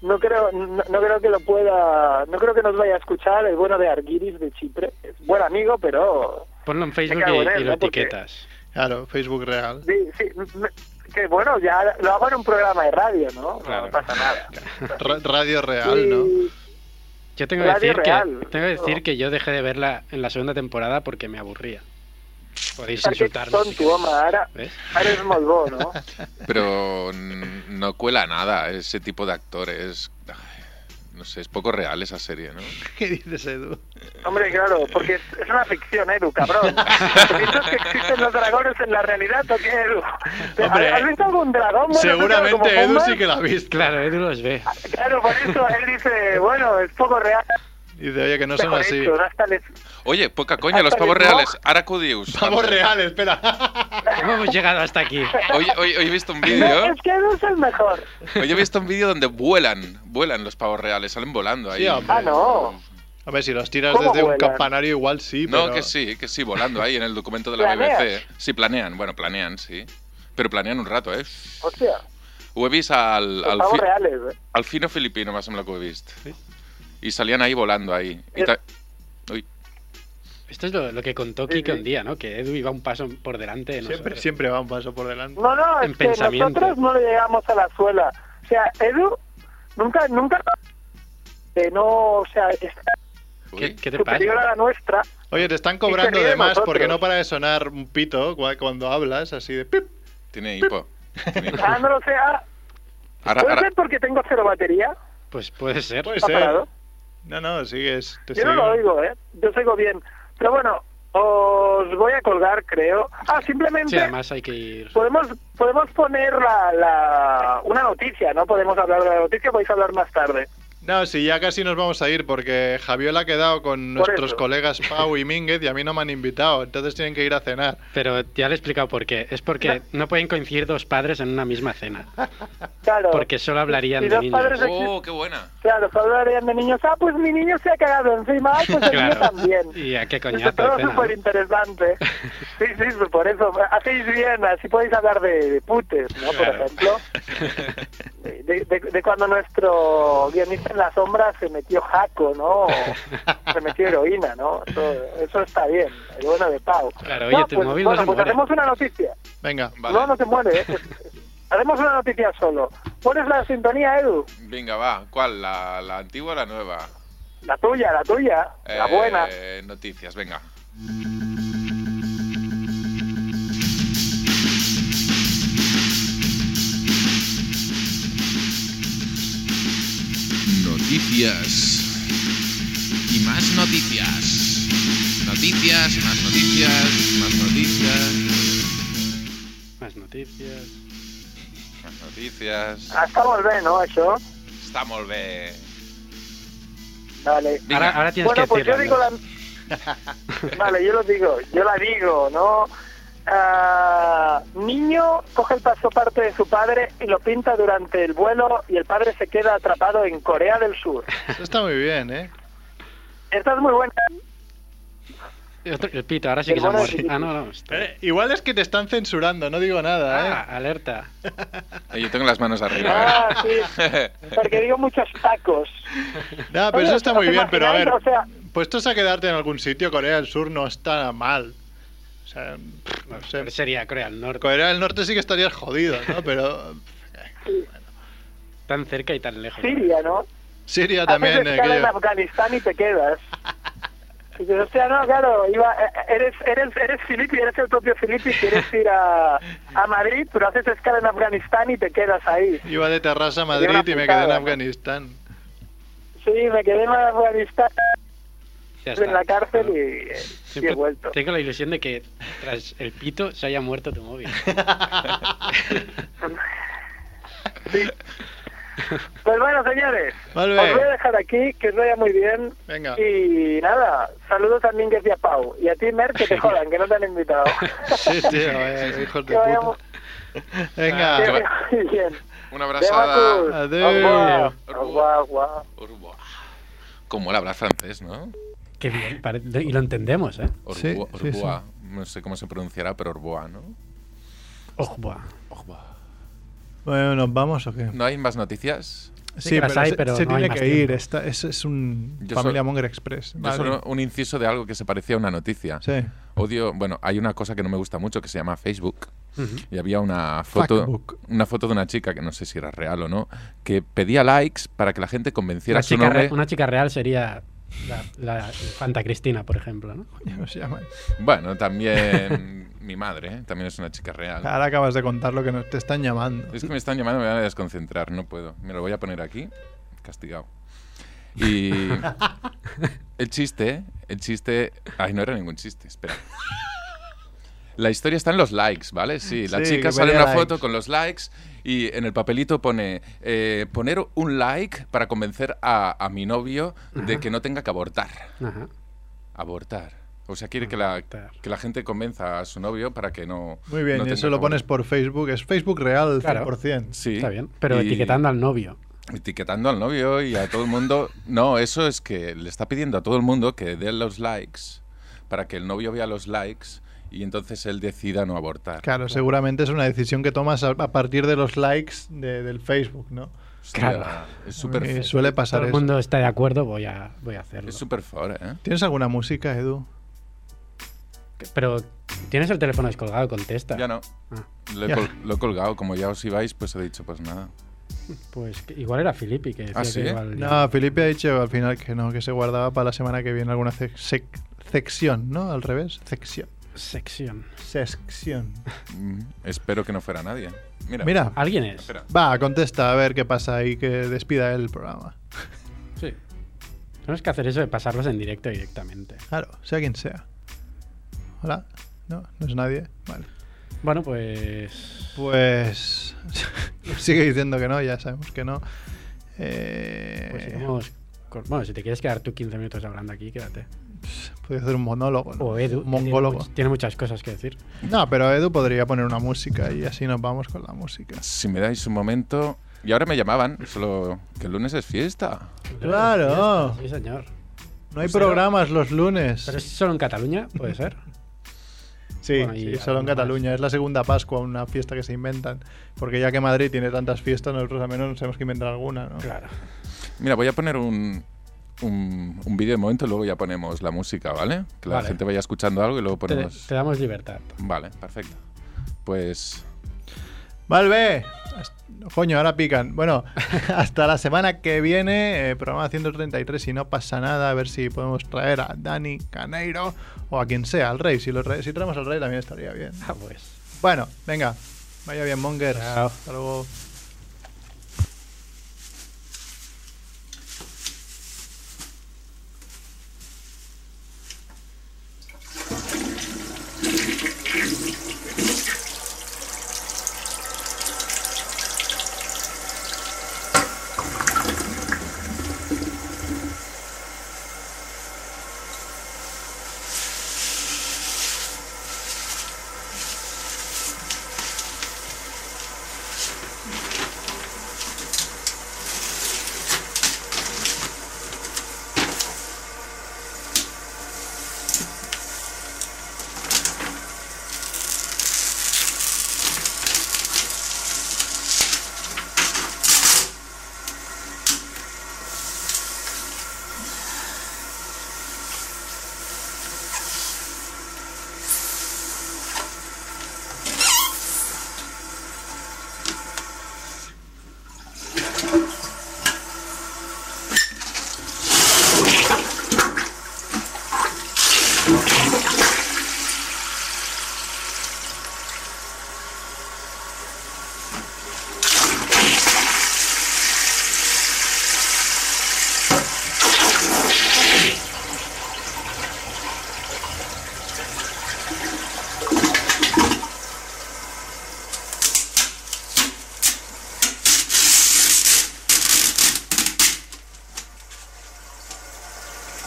No creo, no, no creo que lo pueda, no creo que nos vaya a escuchar el bueno de Argyris de Chipre. Es buen amigo, pero
Ponlo en Facebook
cago en
y,
él,
y lo
¿no? Porque-
etiquetas.
Claro, Facebook real.
sí, sí, me- que bueno, ya lo hago en un programa de radio, ¿no?
Claro.
No pasa nada.
Ra- radio real, ¿no?
Y-
Yo tengo que,
Radio
decir que,
Real.
tengo que decir que yo dejé de verla en la segunda temporada porque me aburría. Podéis
Perquè
insultarme.
ets
si
tonto, home,
queréis.
ara.
¿Ves?
Ara és molt bo, no?
Pero n- no cuela nada ese tipo de actores. Ay, No sé, es poco real esa serie, ¿no?
¿Qué dices, Edu?
Hombre, claro, porque es, es una ficción, Edu, cabrón. ¿Piensas que existen los dragones en la realidad o qué, Edu?
Hombre,
¿Has visto algún dragón? Bueno, claro, como
Seguramente Edu
Homer.
sí que la ha visto.
Claro, Edu los ve.
Claro, por eso él dice, bueno, es poco real.
Dice, oye, que no son
mejor
así.
hecho, hasta les-
Oye, poca coña, los
Hasta
pavos
el blog.
reales. Aracudius.
Vamos real, espera.
¿Cómo hemos llegado hasta aquí?
Hoy, hoy- hoy he visto un
No,
vídeo.
es que Edu es el mejor.
Hoy he visto un vídeo donde vuelan, vuelan los pavos reales, salen volando ahí.
Sí, hombre.
Ah,
Mm.
no.
A ver, si los tiras
¿Cómo
desde un
vuelan?
campanario, igual sí,
No,
pero...
que sí, que sí, volando ahí en el documento de la
¿Planeas?
BBC. Sí, planean, bueno, planean, sí. Pero planean un rato, ¿eh?
Hostia,
Ho he vist al,
los
al,
pavos
fi-
reales. eh.
al fino filipino, más o menos lo que he visto. Y salían ahí volando ahí. Y ta- Uy,
Esto es lo, lo que contó
Sí,
Kike
sí.
un día, ¿no? Que Edu iba un paso por delante de nosotros.
Siempre, siempre va un paso por delante.
No, no,
En
es que
pensamiento.
nosotros no le llegamos a la suela. O sea, Edu nunca, nunca... Que no, o sea, es
uy.
¿Qué, qué te pasa?
superior a la nuestra.
Oye, te están cobrando
ríe
de
de
más
nosotros.
porque no para de sonar un pito cua- cuando hablas, así de pip.
Tiene hipo. Tiene hipo.
Ah, no lo sé, ah,
Ahora,
¿Puede
ahora-
ser porque tengo cero batería?
Pues puede ser.
Puede
¿Está
ser.
parado?
No, no, sigues. Te
Yo no
sigo.
lo oigo, ¿eh? Yo os oigo bien. Pero bueno, os voy a colgar, creo. Ah, simplemente...
Sí, además hay que ir.
Podemos, podemos poner la, la- una noticia, ¿no? Podemos hablar de la noticia, podéis hablar más tarde.
No, sí, ya casi nos vamos a ir porque Javiola ha quedado con
Por
nuestros
eso.
colegas Pau y Mínguez y a mí no me han invitado, entonces tienen que ir a cenar.
Pero ya le he explicado por qué. Es porque no pueden coincidir dos padres en una misma cena.
Claro.
Porque solo hablarían
Si
de
dos
niños.
padres
¡Oh, qué buena!
Claro, solo hablarían de niños. Ah, pues mi niño se ha cagado encima. Ah, pues el mío
Claro.
también.
Y a qué
Eso es
coñazo de
todo
cena,
súper
¿no?
interesante. Sí, sí, pues por eso. Hacéis bien, así podéis hablar de, de putes, ¿no? Por
Claro.
ejemplo. De, de- de cuando nuestro guionista en la sombra se metió jaco, ¿no? O se metió heroína, ¿no? Eso, eso está bien. El bueno de Pau.
Claro,
No,
oye, tu
pues,
móvil no
bueno,
se
pues
muere.
hacemos una noticia.
Venga,
Vale.
No, no se muere. ¿eh? Pues, hacemos una noticia solo. ¿Pones la sintonía, Edu?
Venga, va. ¿Cuál? ¿La, la antigua o la nueva?
La tuya, la tuya. La
Eh,
buena.
Noticias, venga. Noticias. Y más noticias. Noticias, más noticias, más noticias,
Más noticias.
más noticias.
Hasta volver, ¿no? Eso.
Está molt bé.
Vale.
Venga.
Ahora, ahora tienes
bueno,
que
pues yo
decirlo.
digo
Andrés.
la... vale, yo lo digo, yo la digo, ¿no? Ah, niño coge el pasoporte de su padre y lo pinta durante el vuelo y el padre se queda atrapado en Corea del Sur.
eso está muy bien, ¿eh?
Esta es muy buena.
Otro- el pito, ahora sí que
El
se
bueno
muere.
de-
Ah, no, no. hostia.
Eh, Igual es que te están censurando, no digo
Ah,
nada, ¿eh?
alerta.
Eh, Yo tengo las manos arriba.
Ah, sí,
¿eh?
porque digo muchos tacos.
No, Ah, pero
Oye,
eso está muy
¿os
bien, pero a ver,
imagináis? O sea,
puestos a quedarte en algún sitio, Corea del Sur no está mal. O sea, pff, no sé.
Pero Sería Corea del Norte.
Corea del Norte sí que estarías jodido, ¿no? Pero
Tan cerca y tan lejos.
Siria, ¿no?
Siria
Haces
también, eh,
escala en
aquello.
Afganistán y te quedas. Y dices, o sea, no, claro, iba, eh, eres, eres, eres Filippi, eres el propio Filippi, quieres ir a, a Madrid, pero haces escala en Afganistán y te quedas ahí.
Iba de Terrassa a Madrid
una
y me quedé
puntada,
en
¿no?
Afganistán.
Sí, me quedé en Afganistán,
Ya está.
en la cárcel y- y,
Siempre
he vuelto.
Tengo la ilusión de que tras el pito se haya muerto tu móvil.
Pues bueno, señores,
Vale.
os voy a dejar aquí, que os vaya muy bien.
Venga.
Y nada, saludos también que a Pau. Y a ti, Mer, que te jodan, que no te han invitado.
Sí, tío, eh, hijos de
que vaya mu-
puta. Venga.
que
va-
vaya muy bien.
Una abrazada.
Adeu.
Adiós. Agua, agua.
Urbo. Como él habla francés, ¿no?
Qué bien, pare- y lo entendemos, ¿eh?
Orboa,
Sí, sí, sí.
Orboa. No sé cómo se pronunciará, pero Orboa, ¿no?
Oh, buah.
Bueno, ¿nos vamos o qué?
¿No hay más noticias?
Sí que las hay,
se,
pero
se
no hay
tiene
más
que ir.
tiempo.
Esta, es, es un
Yo
Familia
solo-
Monger Express.
Yo
Vale.
solo un inciso de algo que se parecía a una noticia.
Sí.
Odio, bueno, hay una cosa que no me gusta mucho que se llama Facebook.
Ujú.
Y había una foto,
Fuckbook.
una foto de una chica que no sé si era real o no, que pedía likes para que la gente convenciera
Una
a su
chica,
nombre.
re- una chica real sería la, la Fanta Cristina, por ejemplo, ¿no?
¿Cómo se llama?
Bueno, también mi madre, ¿eh? también es una chica real.
Ahora acabas de contar lo que nos, te están llamando.
Es que me están llamando, me van a desconcentrar, no puedo. Me lo voy a poner aquí, castigado. Y el chiste, el chiste... Ay, no era ningún chiste, espera. La historia está en los likes, ¿vale? Sí, la
Sí,
chica
que
sale en
ponía
una
likes.
foto con los likes y en el papelito pone eh, poner un like para convencer a, a mi novio de que no tenga que abortar.
Ajá.
Abortar. O sea, quiere que la,
Abortar.
que la gente convenza a su novio para que no...
Muy bien,
no
y
tenga
eso
que
lo pones
abortar.
por Facebook. Es Facebook real,
Claro.
100%.
Sí.
Está bien. Pero
y-
etiquetando al novio.
etiquetando al novio y a todo el mundo. No, eso es que le está pidiendo a todo el mundo que dé los likes para que el novio vea los likes y entonces él decida no abortar.
Claro, seguramente es una decisión que tomas a, a partir de los likes de- del Facebook, ¿no?
Hostia,
claro.
Es súper
Eh,
feo.
suele
Todo
pasar
el
eso.
mundo está de acuerdo, voy a, voy a hacerlo.
Es súper fora, ¿eh?
¿Tienes alguna música, Edu?
Pero tienes el teléfono descolgado, contesta.
Ya no.
Ah.
Lo he,
Ya.
col- lo he colgado. Como ya os ibais, pues he dicho, pues nada.
Pues que- igual era Filippi que decía
¿Ah,
que
sí?
igual-
No, Felipe ha dicho al final que no, que se guardaba para la semana que viene alguna sec- sec- sección, ¿no? Al revés, sección.
Sección.
Sección.
Mm, espero que no fuera nadie. Mira.
Mira,
¿Alguien es?
Espera.
va, contesta a ver qué pasa ahí, que despida el programa.
Sí. Tenemos que hacer eso de pasarlos en directo directamente.
Claro, sea quien sea. Hola, no, no es nadie. Vale.
Bueno, pues.
Pues sigue diciendo que no, ya sabemos que no. Eh,
Pues iremos con- Bueno, si te quieres quedar tú 15 minutos hablando aquí, quédate.
podría hacer un monólogo. ¿no?
O Edu. pues.
Un
que tiene
Mm, mongólogo.
much- Tiene muchas cosas que decir.
No, pero Edu podría poner una música y así nos vamos con la música.
Si me dais un momento. Y ahora me llamaban, solo que el lunes es fiesta.
Claro.
Sí, señor.
No hay
Pero-
programas los lunes.
Pues Pero es solo en Cataluña, puede ser.
Sí,
Bueno, y
sí, solo en
alguna
Cataluña. Es la segunda Pascua, una fiesta que se inventan. Porque ya que Madrid tiene tantas fiestas, nosotros al menos nos tenemos que inventar alguna, ¿no?
Claro.
Mira, voy a poner un, un, un vídeo de momento y luego ya ponemos la música, ¿vale? Que la
Vale.
gente vaya escuchando algo y luego
Te,
ponemos.
te damos libertad.
Vale, perfecto. Pues
¡Valve! Has- Coño, ahora pican. Bueno, hasta la semana que viene, eh, programa 133, si no pasa nada, a ver si podemos traer a Dani Caneiro o a quien sea, al rey. Si, lo trae- si traemos al rey también estaría bien.
Ah, pues.
Bueno, venga, vaya bien, Monger.
Chao.
Hasta luego.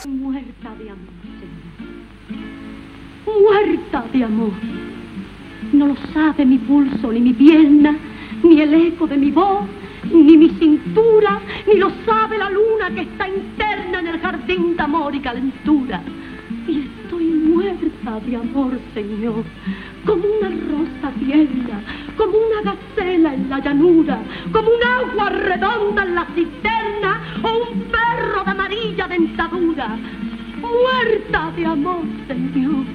Muerta de amor, señor. Muerta de amor. No lo sabe mi pulso, ni mi pierna, ni el eco de mi voz, ni mi cintura, ni lo sabe la luna que está interna en el jardín de amor y calentura. Y estoy muerta de amor, Señor, como una rosa tierna, como una gacela en la llanura, como un agua redonda en la cisterna o un perro de amarilla dentadura. Muerta de amor, Señor.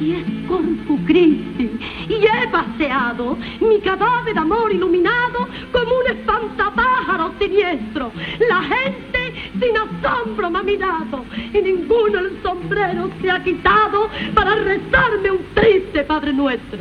Y es corpus Christi, y he paseado mi cadáver de amor iluminado como un espantapájaro siniestro. La gente sin asombro me ha mirado y ninguno el sombrero se ha quitado para rezarme un triste Padre Nuestro.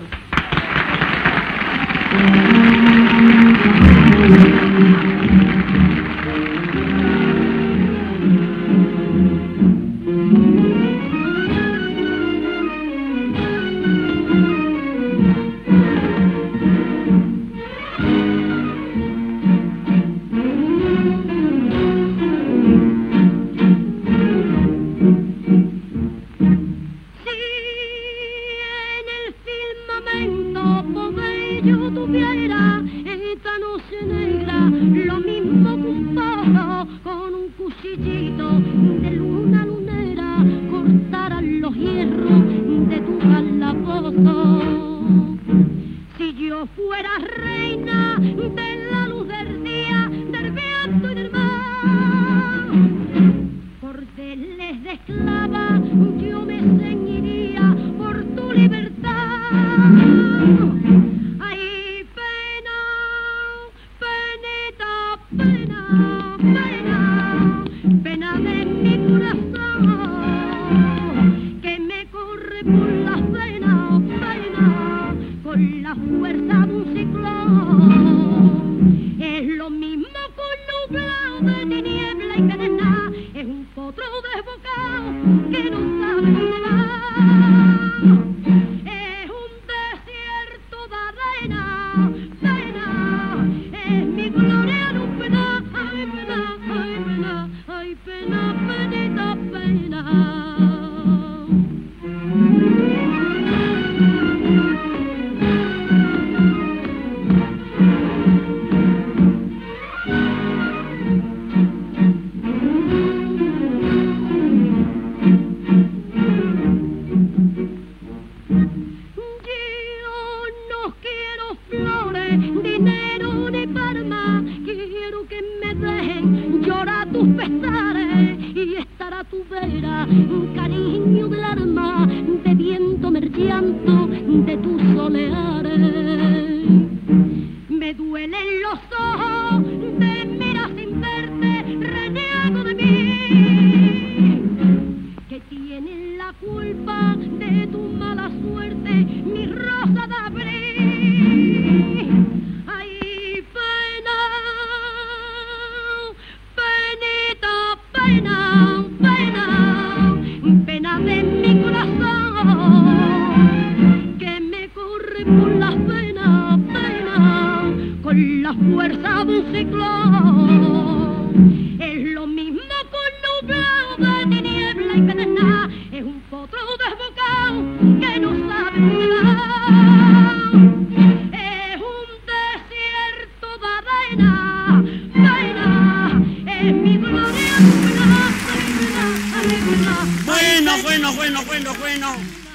Si en el firmamento pobre yo tuviera llora tus pesares y estará a tu vera, cariño del alma, bebiéndome el llanto de tus soleares. Me duelen los ojos, te miras sin verte, renego de mí que tienen la culpa de tu mala suerte, mi rosa de abril. Ay, pena, penita, pena, pena, pena de mi corazón, que me corre por las venas, pena, con la fuerza de un ciclón. Es lo mismo con nublado de niebla y pedernal, es un potro desbocado que no sabe dónde va. Es un desierto de arena, arena, es mi gloria, arena, arena, arena.
Bueno, bueno, bueno, bueno, bueno.